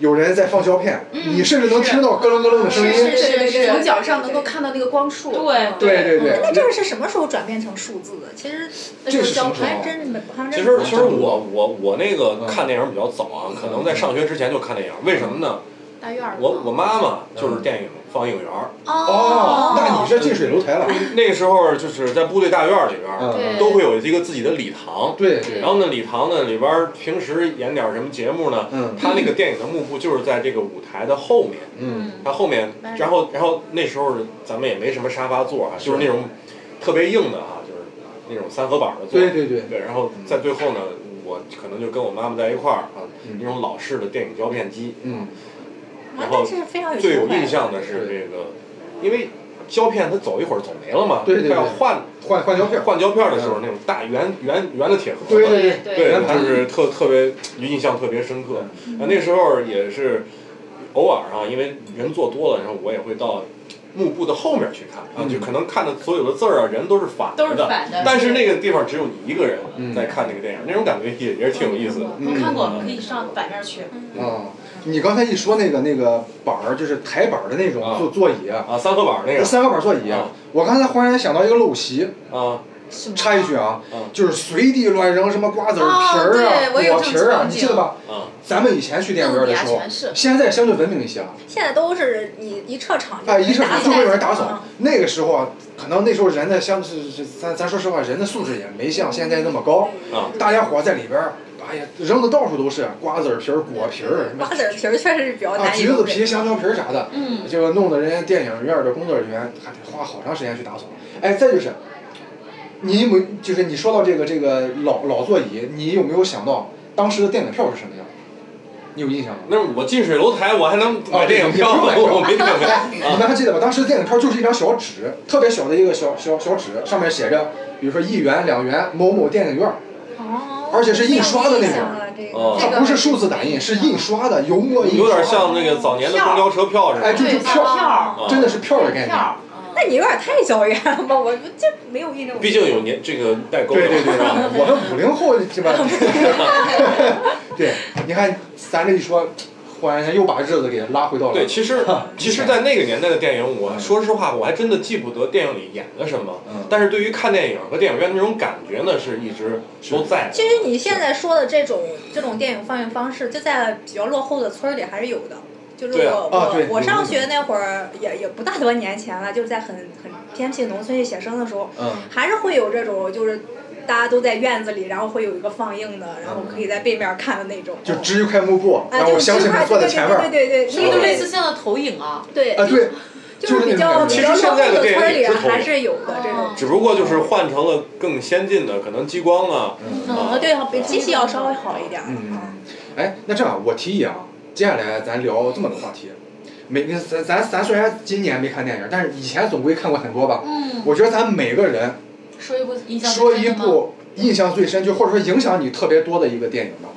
Speaker 1: 有人在放胶片，你甚至能听到咯楞咯楞的声音。
Speaker 5: 嗯是是是
Speaker 2: 从脚上能够看到那个光束。嗯
Speaker 3: 对
Speaker 1: 对对对，
Speaker 5: 嗯那这个是什么时候转变成数字的？其实那
Speaker 1: 这
Speaker 5: 时
Speaker 1: 是什么
Speaker 5: 候教
Speaker 2: 哎
Speaker 1: 时候
Speaker 5: 还真没，还真
Speaker 4: 其实
Speaker 1: 嗯
Speaker 4: 其实我我我那个看电影比较早啊，可能在上学之前就看电影，为什么呢？
Speaker 2: 大院儿。
Speaker 4: 我我妈妈就是电影放映员儿，
Speaker 1: 哦，那你这近水楼台了。
Speaker 4: 那个时候就是在部队大院儿里边儿
Speaker 1: 嗯，
Speaker 2: 对
Speaker 4: 都会有一个自己的礼堂，
Speaker 1: 对对
Speaker 4: 然后呢礼堂呢里边儿平时演点儿什么节目呢，
Speaker 1: 嗯
Speaker 4: 他那个电影的幕布就是在这个舞台的后面，
Speaker 1: 嗯，
Speaker 4: 它后面，然后然后那时候咱们也没什么沙发座啊，就是那种特别硬的啊，就是那种三合板的座，
Speaker 1: 对对嗯对，
Speaker 4: 对，然后在最后呢，我可能就跟我妈妈在一块儿啊，那种老式的电影胶片机，
Speaker 1: 嗯，
Speaker 5: 啊
Speaker 4: 然，后
Speaker 5: 但是非常有
Speaker 4: 最有
Speaker 5: 情怀
Speaker 4: 印象的是这个，因为胶片它走一会儿走没了嘛，
Speaker 1: 对对对
Speaker 4: 它要换
Speaker 1: 换换胶片，
Speaker 4: 换胶片的时候，那种大圆圆圆的铁盒子，
Speaker 1: 对对对，
Speaker 4: 对，
Speaker 1: 圆盘
Speaker 4: 就是特特别印象特别深刻。
Speaker 1: 嗯
Speaker 4: 那那时候也是偶尔啊，因为人坐多了，然后我也会到幕布的后面去看啊，
Speaker 1: 嗯
Speaker 4: 就可能看的所有的字儿啊，人都是反
Speaker 3: 都是
Speaker 4: 的，
Speaker 3: 反的。
Speaker 4: 但是那个地方只有你一个
Speaker 1: 嗯
Speaker 4: 人在看那个电影，那种感觉也也是挺有意思的。
Speaker 3: 我看过，
Speaker 1: 嗯
Speaker 3: 可以上反面去。
Speaker 1: 啊。你刚才一说那个那个板儿，就是台板儿的那种
Speaker 4: 啊
Speaker 1: 座座椅啊，
Speaker 4: 啊，三合板那个
Speaker 1: 三个板儿座椅
Speaker 4: 啊。
Speaker 1: 我刚才忽然想到一个陋习，
Speaker 4: 啊，
Speaker 2: 什么
Speaker 1: 插一句啊
Speaker 4: 嗯，
Speaker 1: 就是随地乱扔什么瓜子儿皮
Speaker 2: 哦对
Speaker 1: 儿啊、
Speaker 2: 我有
Speaker 1: 果
Speaker 2: 这种
Speaker 1: 皮儿啊，
Speaker 2: 场
Speaker 1: 你
Speaker 2: 景
Speaker 1: 记得吧？
Speaker 4: 嗯
Speaker 1: 咱们以前去电影院的时候
Speaker 2: 弄得牙全是，
Speaker 1: 现在相对文明一些了。
Speaker 5: 现在都是你一撤场就
Speaker 1: 哎，一是
Speaker 5: 打
Speaker 1: 就会有人打
Speaker 5: 嗯
Speaker 1: 扫。那个时候啊，可能那时候人的像是是咱咱说实话，人的素质也没像现在那么高。嗯
Speaker 4: 啊，
Speaker 1: 大家伙在里边儿，哎呀，扔的到处都是啊瓜子儿皮儿、果皮儿，什么
Speaker 5: 瓜子儿皮儿确实是比较
Speaker 1: 啊
Speaker 5: 难以
Speaker 1: 橘
Speaker 5: 容
Speaker 1: 子
Speaker 5: 忍。
Speaker 1: 皮、香蕉皮儿啥的，
Speaker 2: 嗯，
Speaker 1: 这个弄得人家电影院的工作人员还得花好长时间去打扫。哎，再就是，你有没有就是你说到这个这个老老座椅，你有没有想到当时的电影票是什么样？你有印象吗？
Speaker 4: 那我近水楼台，我还能买电影票
Speaker 1: 啊
Speaker 4: 吗？
Speaker 1: 对
Speaker 4: 我没电啊影票
Speaker 1: 哎，你们还记得吧？当时电影票就是一张小纸，特别小的一个小小小纸，上面写着，比如说一元、两元某某电影院，
Speaker 5: 哦
Speaker 1: 而且是印刷的那种
Speaker 5: 我想了啊这个
Speaker 4: 哦
Speaker 1: 它不是数字打印，是印刷的，油墨印刷。
Speaker 4: 有点像那个早年的公交车票似
Speaker 1: 哎，就
Speaker 4: 的。
Speaker 1: 是
Speaker 2: 对
Speaker 1: 票，
Speaker 4: 啊
Speaker 1: 真的是票的概念。
Speaker 2: 票，
Speaker 5: 那你有点太遥远了吧？我这没有印证。
Speaker 4: 毕竟有年这个代沟，
Speaker 1: 对对对，
Speaker 4: 是吧？
Speaker 1: 我们五零后对 吧？对，你看咱这一说，忽然间又把日子给拉回到了。
Speaker 4: 对，其 实其实，在那个年代的电影，我说实话，我还真的记不得电影里演了什么。
Speaker 1: 嗯
Speaker 4: 但是对于看电影和电影院那种感觉呢，是一直都在的。
Speaker 5: 其实你现在说的这种这种电影放映方式，就在比较落后的村儿里还是有的。就是
Speaker 4: 对啊
Speaker 5: 我、
Speaker 1: 啊对
Speaker 5: 我我
Speaker 1: 有那
Speaker 5: 上
Speaker 1: 种
Speaker 5: 学那会儿也也不大多年前了，就是在很很偏僻农村去写生的时候，
Speaker 1: 嗯，
Speaker 5: 还是会有这种就是大家都在院子里，然后会有一个放映的，然后可以在背面看的那种。
Speaker 1: 就支一块幕布，
Speaker 5: 啊，
Speaker 1: 然
Speaker 5: 就
Speaker 1: 后
Speaker 5: 是
Speaker 1: 相信
Speaker 5: 这块
Speaker 1: 他坐在前面。
Speaker 5: 对对对对
Speaker 2: 是不
Speaker 1: 嗯
Speaker 2: 是
Speaker 5: 对，那
Speaker 2: 就
Speaker 5: 个
Speaker 2: 类似像的投影啊？
Speaker 5: 对
Speaker 1: 啊，对，
Speaker 5: 就是比较
Speaker 1: 就是
Speaker 5: 比
Speaker 1: 那
Speaker 5: 较
Speaker 4: 种
Speaker 5: 落后的村儿
Speaker 4: 感觉其实现在的电影
Speaker 5: 里
Speaker 4: 是投影
Speaker 5: 还是有的这种
Speaker 2: 哦。
Speaker 4: 只不过就是换成了更先进的，可能激光啊，
Speaker 1: 嗯
Speaker 4: 啊
Speaker 5: 嗯，对，好比机器要稍微好一点。
Speaker 1: 嗯，哎，那这样我提议啊，接下来咱聊这么个话题。每个咱咱咱虽然今年没看电影，但是以前总归看过很多吧。
Speaker 2: 嗯，
Speaker 1: 我觉得咱每个人
Speaker 2: 说一部印象
Speaker 1: 说
Speaker 2: 最
Speaker 1: 一
Speaker 2: 深的吗
Speaker 1: 部印象最深，就或者说影响你特别多的一个电影吧。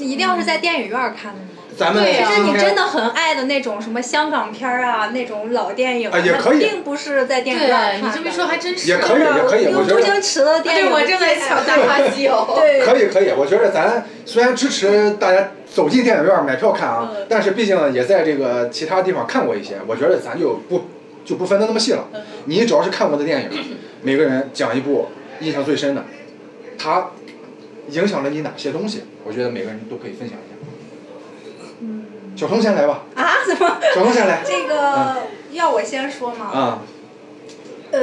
Speaker 5: 你一定要是在电影院看的吗？
Speaker 1: 咱们
Speaker 2: 对呀
Speaker 5: 其实
Speaker 1: 今
Speaker 5: 你
Speaker 1: 天
Speaker 5: 真的很爱的那种什么香港片儿啊，那种老电影，
Speaker 1: 啊也可以
Speaker 5: 并不是在电影院
Speaker 2: 对
Speaker 5: 看的。
Speaker 2: 你这么一说还真是。
Speaker 1: 也可以， 也可以，
Speaker 5: 用
Speaker 1: 我觉
Speaker 5: 周
Speaker 1: 得
Speaker 5: 星驰的电影，
Speaker 2: 对，我正 在想《大话哦西游》。
Speaker 5: 对，
Speaker 1: 可以，可以。我觉得咱虽然支持大家走进电影院买票看啊，
Speaker 5: 嗯
Speaker 1: 但是毕竟也在这个其他地方看过一些，我觉得咱就不就不分得那么细了。
Speaker 5: 嗯
Speaker 1: 你只要是看过的电影， 每个人讲一部印象最深的，它影响了你哪些东西，我觉得每个人都可以分享一下。小红先来吧，
Speaker 5: 啊？怎么？
Speaker 1: 小红先来。
Speaker 5: 嗯这个要我先说吗？
Speaker 1: 嗯啊，
Speaker 5: 呃，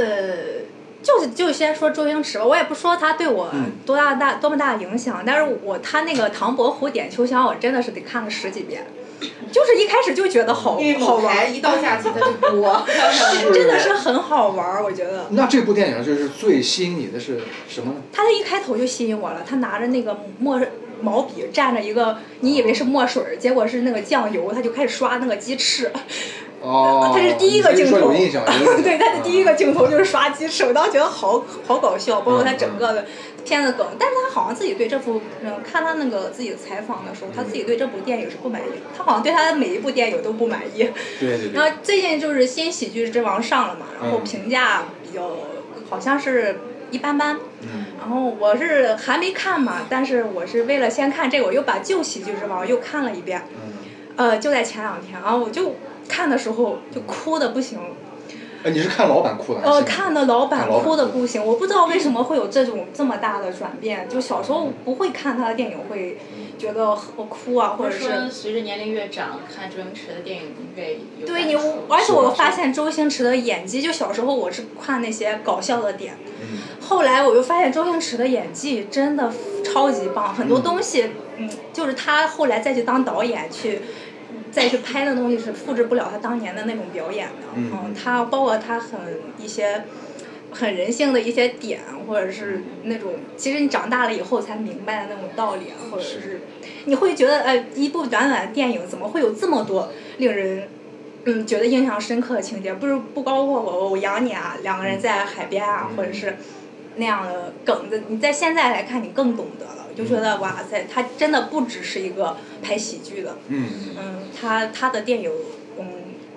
Speaker 5: 就是就先说周星驰吧，我也不说他对我
Speaker 1: 嗯
Speaker 5: 多大大、多么大的影响，但是我他那个《唐伯虎点秋香》，我真的是得看了十几遍，就是一开始就觉得好
Speaker 6: 因为
Speaker 5: 好
Speaker 6: 某
Speaker 5: 玩
Speaker 6: 台
Speaker 5: 儿，
Speaker 6: 一到下集他就播，
Speaker 1: 是
Speaker 5: 真的是很好玩儿，我觉得。
Speaker 1: 那这部电影就是最吸引你的是什么呢？
Speaker 5: 他的一开头就吸引我了，他拿着那个墨毛笔蘸着一个，你以为是墨水儿，结果是那个酱油，他就开始刷那个鸡翅。
Speaker 1: 哦，
Speaker 5: 他是第一个
Speaker 1: 你这
Speaker 5: 镜
Speaker 1: 说
Speaker 5: 头，
Speaker 1: 有印象，有印象嗯 啊
Speaker 5: 对，他的第一个镜头就是刷鸡翅，我当时觉得好好搞笑，包括他整个
Speaker 1: 嗯
Speaker 5: 的片子梗。但是他好像自己对这部，嗯，看他那个自己的采访的时候，他自己对这部电影是不满意，他好像对他的每一部电影都不满意。
Speaker 1: 对对对
Speaker 5: 然后最近就是《新喜剧之王》上了嘛，然后
Speaker 1: 嗯
Speaker 5: 评价比较好像是一般般。
Speaker 1: 嗯
Speaker 5: 然后我是还没看嘛，但是我是为了先看这个，我又把旧《喜剧之王》又看了一遍。
Speaker 1: 嗯，
Speaker 5: 呃，就在前两天啊，我就看的时候就哭的不行，
Speaker 1: 哎，你是看老版哭的还是
Speaker 5: 呃，
Speaker 1: 新版
Speaker 5: 看的老
Speaker 1: 看
Speaker 5: 板
Speaker 1: 老板
Speaker 5: 哭的不行，我不知道为什么会有这种这么大的转变。就小时候不会看他的电影，会觉得我哭啊，或
Speaker 6: 或
Speaker 5: 者
Speaker 6: 者
Speaker 5: 是
Speaker 6: 说随着年龄越长，看周星驰的电影你会有
Speaker 5: 对
Speaker 6: 感
Speaker 5: 你
Speaker 2: 哦
Speaker 6: 触，
Speaker 5: 而且我
Speaker 1: 是
Speaker 5: 发现周星驰的演技，就小时候我是看那些搞笑的点，
Speaker 1: 嗯
Speaker 5: 后来我就发现周星驰的演技真的超级棒，很多
Speaker 1: 嗯
Speaker 5: 东西，嗯，就是他后来再去当导演去。再去拍的东西是复制不了他当年的那种表演的，
Speaker 1: 嗯嗯
Speaker 5: 他包括他很一些很人性的一些点，或者是那种其实你长大了以后才明白的那种道理，啊或者
Speaker 1: 是
Speaker 5: 是你会觉得，呃，一部短短的电影怎么会有这么多令人嗯觉得印象深刻的情节？不是不包括我我养你啊，两个人在海边啊，
Speaker 1: 嗯
Speaker 5: 或者是那样的梗子，你在现在来看你更懂得了，我就觉得哇塞，他真的不只是一个拍喜剧的，
Speaker 1: 嗯嗯
Speaker 5: 嗯，他他的电影，嗯，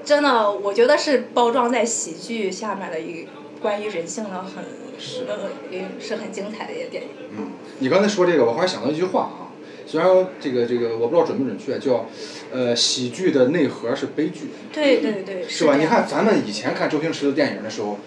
Speaker 5: 真的我觉得是包装在喜剧下面的一关于人性的很
Speaker 1: 是
Speaker 5: 呃也是很精彩的一个电影。
Speaker 1: 嗯，你刚才说这个，我忽然想到一句话啊，虽然这个这个我不知道准不准确，叫呃喜剧的内核是悲剧，
Speaker 5: 对对对，
Speaker 1: 是吧？
Speaker 5: 这
Speaker 1: 你
Speaker 5: 样
Speaker 1: 看咱们以前看周星驰的电影的时候。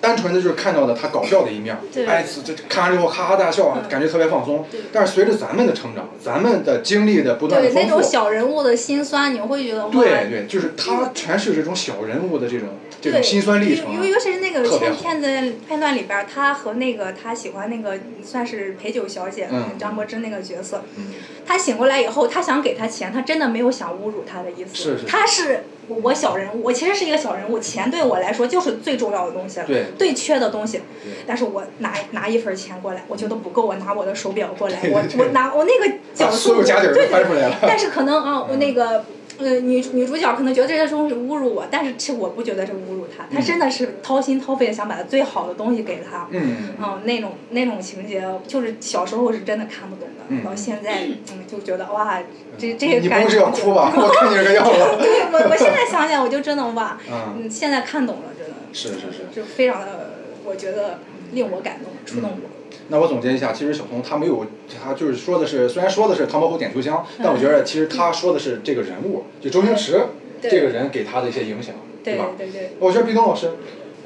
Speaker 1: 单纯的就是看到了他搞笑的一面儿，
Speaker 5: 对
Speaker 1: 哎，这这看完之后哈哈大笑啊，
Speaker 5: 嗯
Speaker 1: 感觉特别放松
Speaker 5: 对。
Speaker 1: 但是随着咱们的成长，咱们的经历的不断的
Speaker 5: 对
Speaker 1: 丰
Speaker 5: 那种
Speaker 1: 富，
Speaker 5: 小人物的辛酸，你会觉得哇，
Speaker 1: 对对，就是他全是这种小人物的这种这种
Speaker 5: 对
Speaker 1: 辛酸历程
Speaker 5: 尤
Speaker 1: 啊
Speaker 5: 尤。尤其是那个
Speaker 1: 特别
Speaker 5: 片
Speaker 1: 好
Speaker 5: 片子片段里边儿，他和那个他喜欢那个算是陪酒小姐、
Speaker 1: 嗯
Speaker 5: 张柏芝那个角色，
Speaker 1: 嗯
Speaker 5: 他醒过来以后，他想给他钱，他真的没有想侮辱他的意思，
Speaker 1: 是是
Speaker 5: 他是我小人物，我其实是一个小人物，钱对我来说就是最重要的东西了，
Speaker 1: 对
Speaker 5: 最缺的东西
Speaker 1: 对。
Speaker 5: 但是我拿拿一份钱过来，我觉得不够，我拿我的手表过来，
Speaker 1: 对对对
Speaker 5: 我我拿我那个角
Speaker 1: 把
Speaker 5: 色
Speaker 1: 所
Speaker 5: 我，
Speaker 1: 有家底儿
Speaker 5: 对
Speaker 1: 都翻出来了。嗯
Speaker 5: 但是可能啊，我那个呃女女主角可能觉得这些东西侮辱我，但是其实我不觉得是侮辱她，她
Speaker 1: 嗯
Speaker 5: 真的是掏心掏肺的想把最好的东西给她。
Speaker 1: 嗯，
Speaker 5: 嗯，那种那种情节，就是小时候是真的看不懂的，
Speaker 1: 嗯
Speaker 5: 到现在嗯就觉得哇，这这些
Speaker 1: 你
Speaker 5: 感
Speaker 1: 不
Speaker 5: 觉。
Speaker 1: 是要哭吧？我看你这个样子。
Speaker 5: 对我我现在想想，我就真的哇，
Speaker 1: 嗯，
Speaker 5: 嗯，现在看懂了，真的
Speaker 1: 是是是。
Speaker 5: 就非常的，我觉得令我感动，触
Speaker 1: 嗯
Speaker 5: 动我。
Speaker 1: 那我总结一下，其实小童他没有，他就是说的是，虽然说的是唐伯虎点秋香，
Speaker 5: 嗯
Speaker 1: 但我觉得其实他说的是这个人物，就周星驰这
Speaker 5: 对
Speaker 1: 个人给他的一些影响，
Speaker 5: 对
Speaker 1: 吧？嗯
Speaker 5: 对对，
Speaker 1: 我觉得毕东老师，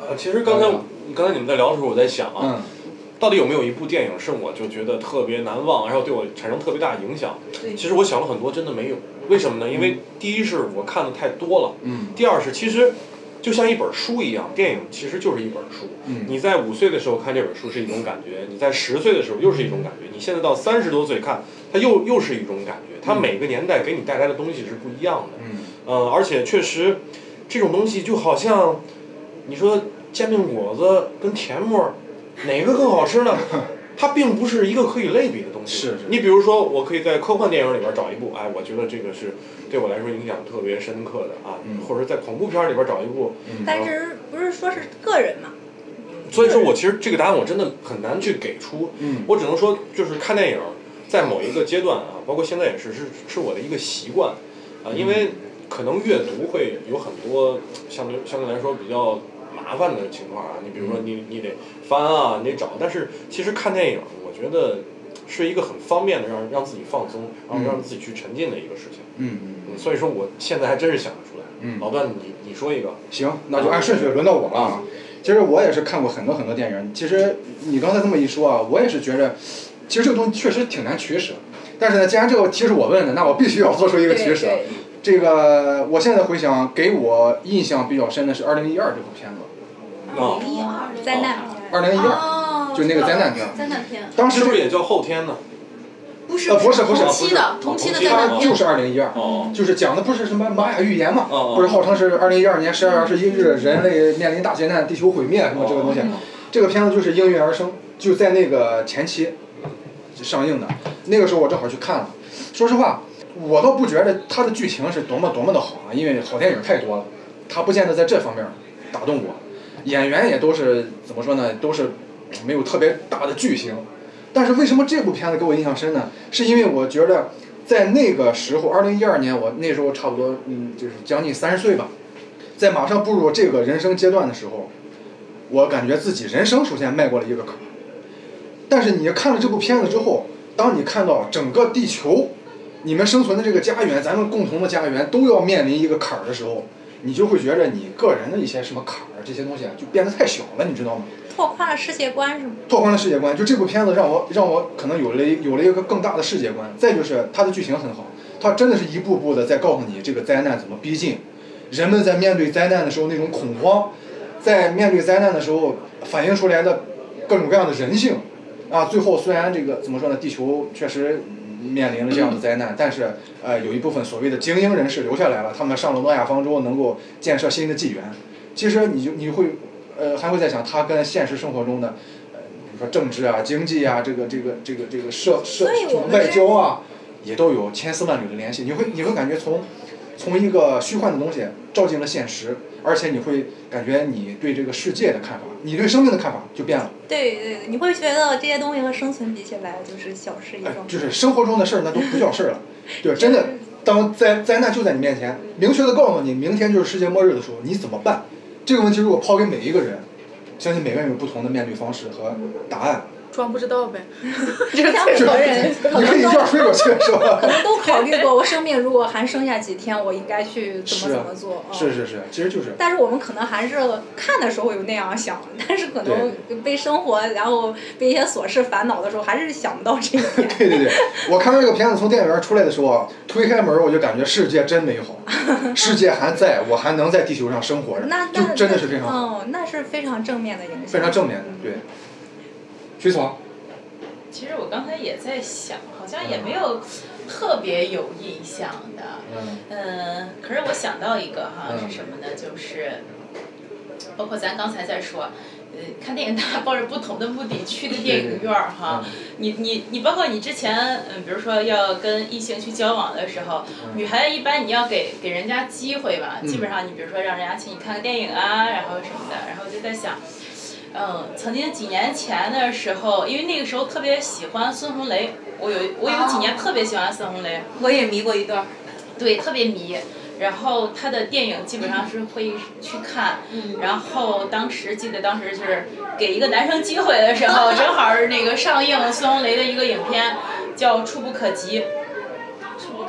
Speaker 4: 呃，其实刚才刚才你们在聊的时候，我在想啊，
Speaker 1: 嗯
Speaker 4: 到底有没有一部电影是我就觉得特别难忘，然后对我产生特别大影响？
Speaker 6: 对
Speaker 4: 其实我想了很多，真的没有。为什么呢？因为第一是我看的太多了，
Speaker 1: 嗯
Speaker 4: 第二是其实就像一本书一样，电影其实就是一本书。
Speaker 1: 嗯
Speaker 4: 你在五岁的时候看这本书是一种感觉，你在十岁的时候又是一种感觉，你现在到三十多岁看，它又又是一种感觉。它
Speaker 1: 嗯
Speaker 4: 每个年代给你带来的东西是不一样的。
Speaker 1: 嗯，
Speaker 4: 嗯，而且确实，这种东西就好像，你说煎饼果子跟甜沫儿，哪个更好吃 呢？它并不是一个可以类比的东西。
Speaker 1: 是是
Speaker 4: 你比如说，我可以在科幻电影里边找一部，哎，我觉得这个是对我来说影响特别深刻的啊，
Speaker 1: 嗯
Speaker 4: 或者在恐怖片里边找一部。
Speaker 1: 嗯
Speaker 5: 但是不是说是个人嘛？
Speaker 4: 所以说我其实这个答案我真的很难去给出，
Speaker 1: 嗯
Speaker 4: 我只能说，就是看电影，在某一个阶段啊，包括现在也是，是是我的一个习惯，啊、因为可能阅读会有很多相对相对来说比较麻烦的情况啊，你比如说你你得翻啊，你得找，但是其实看电影，我觉得是一个很方便的让让自己放松，然后让自己去沉浸的一个事情，
Speaker 1: 嗯
Speaker 4: 嗯
Speaker 1: 嗯
Speaker 4: 所以说我现在还真是想不出来。
Speaker 1: 嗯
Speaker 4: 老段，你你说一个，
Speaker 1: 行，那就按顺序轮到我了啊。其实我也是看过很多很多电影，其实你刚才这么一说啊，我也是觉着，其实这个东西确实挺难取舍。但是呢，既然这个题是我问的，那我必须要做出一个取舍。这个我现在回想，给我印象比较深的是《二零一二》这部片子，
Speaker 4: 啊，
Speaker 6: 一二
Speaker 5: 灾难片。
Speaker 1: 二零一二
Speaker 6: 哦，
Speaker 1: 哎就那个灾难片
Speaker 6: 灾难片，
Speaker 1: 当时
Speaker 4: 是不是也叫后天呢？
Speaker 2: 不是
Speaker 1: 呃不是不是
Speaker 2: 同期的
Speaker 4: 不
Speaker 2: 同
Speaker 4: 是
Speaker 2: 期的
Speaker 4: 不是
Speaker 2: 灾难
Speaker 1: 它
Speaker 2: 片
Speaker 1: 就，是二零一二，
Speaker 4: 哦，
Speaker 1: 就是讲的不是什么玛雅预言嘛，
Speaker 4: 哦哦
Speaker 1: 不是号称是二零一二年十二月二十一日人类面临大劫难、地球毁灭什么这个东西，
Speaker 4: 哦
Speaker 1: 这个片子就是应运而生，就在那个前期上映的。那个时候我正好去看了，说实话，我倒不觉得它的剧情是多么多么的好啊，因为好电影太多了，它不见得在这方面打动我。演员也都是怎么说呢，都是没有特别大的巨星。但是为什么这部片子给我印象深呢？是因为我觉得在那个时候，二零一二年，我那时候差不多，嗯，就是将近三十岁吧，在马上步入这个人生阶段的时候，我感觉自己人生首先迈过了一个坎儿。但是你看了这部片子之后，当你看到整个地球，你们生存的这个家园，咱们共同的家园都要面临一个坎儿的时候，你就会觉得你个人的一些什么坎儿这些东西啊，就变得太小了，你知道吗？
Speaker 5: 拓宽了世界观是吗？
Speaker 1: 拓宽了世界观。就这部片子让我让我可能有了一有了一个更大的世界观。再就是它的剧情很好，它真的是一步步的在告诉你这个灾难怎么逼近，人们在面对灾难的时候那种恐慌，在面对灾难的时候反映出来的各种各样的人性，啊，最后虽然这个怎么说呢，地球确实。面临了这样的灾难，但是呃，有一部分所谓的精英人士留下来了，他们上了诺亚方舟，能够建设新的纪元。其实你就你会呃还会在想，它跟现实生活中的呃，比如说政治啊、经济啊，这个这个这个这个社社
Speaker 5: 所以
Speaker 1: 什么
Speaker 5: 我们
Speaker 1: 外
Speaker 5: 是
Speaker 1: 交啊，也都有千丝万缕的联系。你会你会感觉从从一个虚幻的东西照进了现实，而且你会感觉你对这个世界的看法，你对生命的看法就变了。
Speaker 5: 对对，对你会觉得这些东西和生存比起来就是小事一
Speaker 1: 哎
Speaker 5: 桩，。
Speaker 1: 就是生活中的事儿，那都不叫事儿了。对，真的，当灾灾难就在你面前，明确的告诉你，明天就是世界末日的时候，你怎么办？这个问题如果抛给每一个人，相信每个人有不同的面对方式和答案。
Speaker 2: 装不知道呗。
Speaker 5: 就像很多人可
Speaker 1: 你可以
Speaker 5: 能
Speaker 1: 一
Speaker 5: 都
Speaker 1: 下睡过去， 是吧？
Speaker 5: 可能都考虑过，我生命如果还剩下几天，我应该去怎
Speaker 1: 是
Speaker 5: 么
Speaker 1: 啊
Speaker 5: 怎么做？嗯
Speaker 1: 是是是，其实就是
Speaker 5: 但是我们可能还是看的时候有那样想，但是可能被生活，然后被一些琐事烦恼的时候，还是想不到这一点。
Speaker 1: 对对对，我看到这个片子从电影院出来的时候啊，推开门我就感觉世界真美 好，世界还在，我还能在地球上生活着
Speaker 5: 那，
Speaker 1: 就
Speaker 5: 那
Speaker 1: 真的是非常好，
Speaker 5: 嗯，那是非常正面的影响，
Speaker 1: 非常正面的。对，徐总，
Speaker 6: 其实我刚才也在想，好像也没有特别有印象的。
Speaker 1: 嗯
Speaker 6: 嗯，可是我想到一个哈，
Speaker 1: 嗯
Speaker 6: 是什么呢？就是包括咱刚才在说，呃，看电影大家抱着不同的目的去的电影院儿哈。你你你，包括你之前，嗯，比如说要跟异性去交往的时候，女孩子一般你要给给人家机会吧，基本上你比如说让人家请你看个电影啊，然后什么的，然后就在想。嗯，曾经几年前的时候，因为那个时候特别喜欢孙红雷，我有我有几年特别喜欢孙红雷，
Speaker 3: 我也迷过一段儿。
Speaker 6: 对，特别迷。然后他的电影基本上是会去看，
Speaker 3: 嗯
Speaker 6: 然后当时记得当时是给一个男生机会的时候， 正好是那个上映孙红雷的一个影片叫《触不可及》，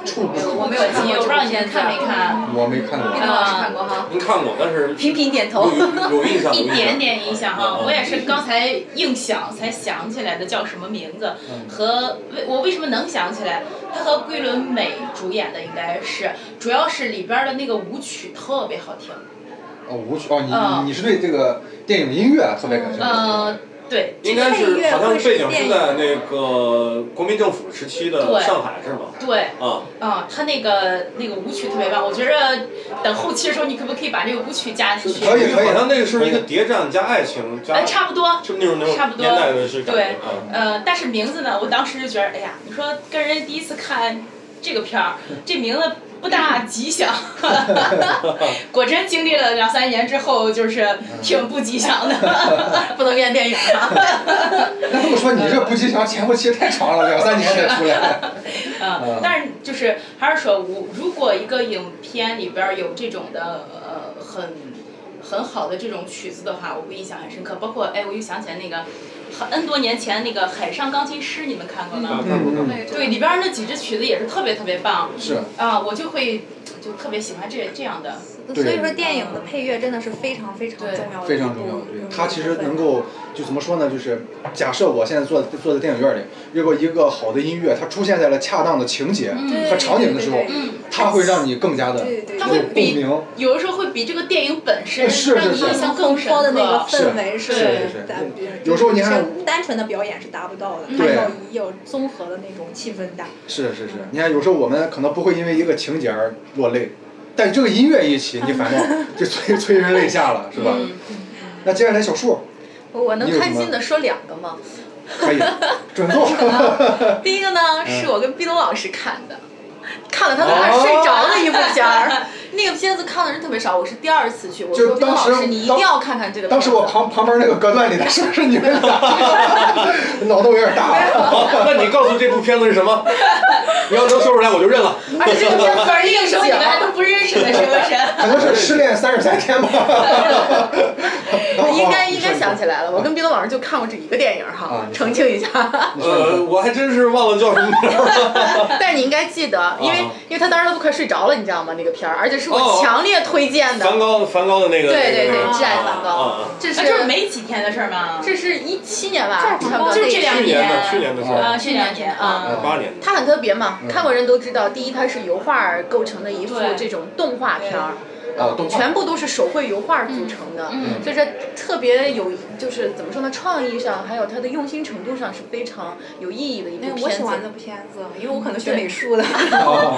Speaker 1: 触不
Speaker 6: 我
Speaker 1: 触？
Speaker 6: 没有
Speaker 3: 看过
Speaker 6: 我不知道你
Speaker 3: 这部片
Speaker 6: 们
Speaker 3: 子嗯
Speaker 6: 看没看，
Speaker 1: 我没看过。
Speaker 5: 嗯
Speaker 3: 那个老师看过
Speaker 2: 啊
Speaker 3: 哈，
Speaker 4: 您看过，但是
Speaker 3: 频频点头。
Speaker 4: 有有印象，有 印
Speaker 6: 一
Speaker 4: 象
Speaker 6: 点点印象
Speaker 4: 嗯。
Speaker 6: 哈
Speaker 4: 嗯
Speaker 6: 我也是刚才硬想才想起来的，叫什么名字？
Speaker 1: 嗯
Speaker 6: 和为我为什么能想起来？他和桂纶镁主演的应该是，主要是里边儿的那个舞曲特别好听。
Speaker 1: 哦，舞曲哦，
Speaker 6: 嗯
Speaker 1: 你你是对这个电影音乐啊特别感兴趣？
Speaker 5: 嗯
Speaker 3: 嗯
Speaker 6: 呃，对，
Speaker 4: 应该
Speaker 5: 配乐
Speaker 4: 是好像
Speaker 5: 会是
Speaker 4: 背景
Speaker 5: 电
Speaker 4: 是
Speaker 5: 影
Speaker 4: 在那个国民政府时期的
Speaker 6: 对
Speaker 4: 上海是吗？
Speaker 6: 对，
Speaker 4: 啊，
Speaker 6: 啊、他那个那个舞曲特别棒，我觉着等后期的时候，你可不可以把这个舞曲加进去？
Speaker 1: 可以可以
Speaker 4: 好像那个是一个谍战加爱情加
Speaker 6: 哎，差不多。
Speaker 4: 是不是那种那
Speaker 6: 差
Speaker 4: 种
Speaker 6: 不多
Speaker 4: 年代的是感觉
Speaker 6: 对
Speaker 1: 嗯
Speaker 4: 啊？
Speaker 6: 呃，但是名字呢，我当时就觉得，哎呀，你说跟人第一次看这个 片儿，这名字不大吉祥。 果真经历了两三年之后，就是挺不吉祥的， 不能怨电影了。
Speaker 1: 那这么说，你这不吉祥前后期太长了，两三年才出来。
Speaker 6: 嗯，但是就是还是说，我如果一个影片里边儿有这种的呃很很好的这种曲子的话，我会印象很深刻。包括哎，我又想起来那个很 N 多年前那个《海上钢琴师》，你们看过
Speaker 4: 啊
Speaker 6: 吗？
Speaker 1: 嗯嗯，
Speaker 6: 对，里边儿那几支曲子也是特别特别棒
Speaker 1: 是。
Speaker 6: 啊，我就会就特别喜欢这这样的。
Speaker 5: 所以说电影的配乐真的是非常非常重要的，
Speaker 1: 非常重要。
Speaker 6: 嗯
Speaker 1: 对，它其实能够就怎么说呢？就是假设我现在坐坐在电影院里，如果一个好的音乐它出现在了恰当的情节
Speaker 6: 嗯
Speaker 5: 对
Speaker 1: 和场景的时候
Speaker 5: 对，对对
Speaker 1: 它会让你更加的
Speaker 5: 对
Speaker 1: 有
Speaker 5: 对对
Speaker 6: 它会
Speaker 1: 共
Speaker 6: 比
Speaker 1: 鸣。
Speaker 6: 嗯有的时候会比这个电影本身
Speaker 1: 是
Speaker 6: 让你
Speaker 1: 是
Speaker 6: 印
Speaker 1: 是
Speaker 6: 象更
Speaker 5: 更
Speaker 6: 深
Speaker 5: 说的那个
Speaker 6: 刻。
Speaker 5: 氛围
Speaker 1: 是是是
Speaker 5: 咱们
Speaker 1: 有时候你看
Speaker 5: 单纯的表演是达不到的，它
Speaker 1: 对
Speaker 5: 要有综合的那种气氛感。
Speaker 1: 是是是，你看有时候我们可能不会因为一个情节而落泪，但这个音乐一起，你反倒就催催人泪下了，是吧？
Speaker 6: 嗯
Speaker 1: 那接下来小树
Speaker 2: 我我能
Speaker 1: 你有
Speaker 2: 开
Speaker 1: 什么
Speaker 2: 心的说两个吗？
Speaker 1: 可 以准奏，
Speaker 2: 第一个呢，是我跟壁咚老师看的，看了他都快睡着的一部片儿。那个片子看的人特别少，我是第二次去。我
Speaker 1: 就
Speaker 2: 说壁咚
Speaker 1: 当
Speaker 2: 老
Speaker 1: 时
Speaker 2: 师，你一定要看看这个片子。
Speaker 1: 当时我旁旁边那个隔断里的是不是你们 俩？脑洞有点大啊。
Speaker 4: 那你告诉这部片子是什么？你要能说出来我就认了。
Speaker 1: 嗯
Speaker 2: 而且这个片子
Speaker 6: 而那个时候你们还都 不认识呢，是不 是？
Speaker 1: 可能是失恋三十三天吧。
Speaker 2: 应该应
Speaker 1: 哦
Speaker 2: 该想起来了，我跟壁咚老师就看过这一个电影
Speaker 1: 啊
Speaker 2: 哈，
Speaker 1: 你说
Speaker 2: 澄清一下。
Speaker 4: 呃，我还真是忘了叫什么名儿了。
Speaker 2: 但是你应该记得，因为
Speaker 4: 啊
Speaker 2: 因为他当时都快睡着了，你知道吗？那个片儿，而且是我
Speaker 4: 哦
Speaker 2: 强烈推荐的。
Speaker 4: 梵高，梵高的那个。
Speaker 2: 对对对，
Speaker 4: 那个
Speaker 2: 挚爱梵
Speaker 4: 啊
Speaker 2: 高
Speaker 4: 啊，
Speaker 2: 这
Speaker 6: 啊，就是
Speaker 2: 是
Speaker 6: 没几天的事儿吗？
Speaker 2: 这是一七年吧，
Speaker 5: 这是
Speaker 2: 差不多
Speaker 6: 就是这两
Speaker 4: 去
Speaker 6: 年
Speaker 4: 年的，去嗯年的事
Speaker 6: 啊，
Speaker 4: 儿，
Speaker 6: 这两年啊，
Speaker 4: 八年的。
Speaker 2: 它很特别嘛，
Speaker 1: 嗯
Speaker 2: 看过人都知道，第一它是油画构成的一幅
Speaker 6: 对
Speaker 2: 这种动画片儿，
Speaker 1: 啊，动画
Speaker 2: 全部都是手绘油画组成的，
Speaker 6: 嗯
Speaker 2: 就是特别有，就是怎么说呢，创意上还有它的用心程度上是非常有意义的一部
Speaker 5: 哎，
Speaker 2: 片子。
Speaker 5: 我喜欢的片子，因为我可能学美术 的。
Speaker 1: 啊，
Speaker 5: 哦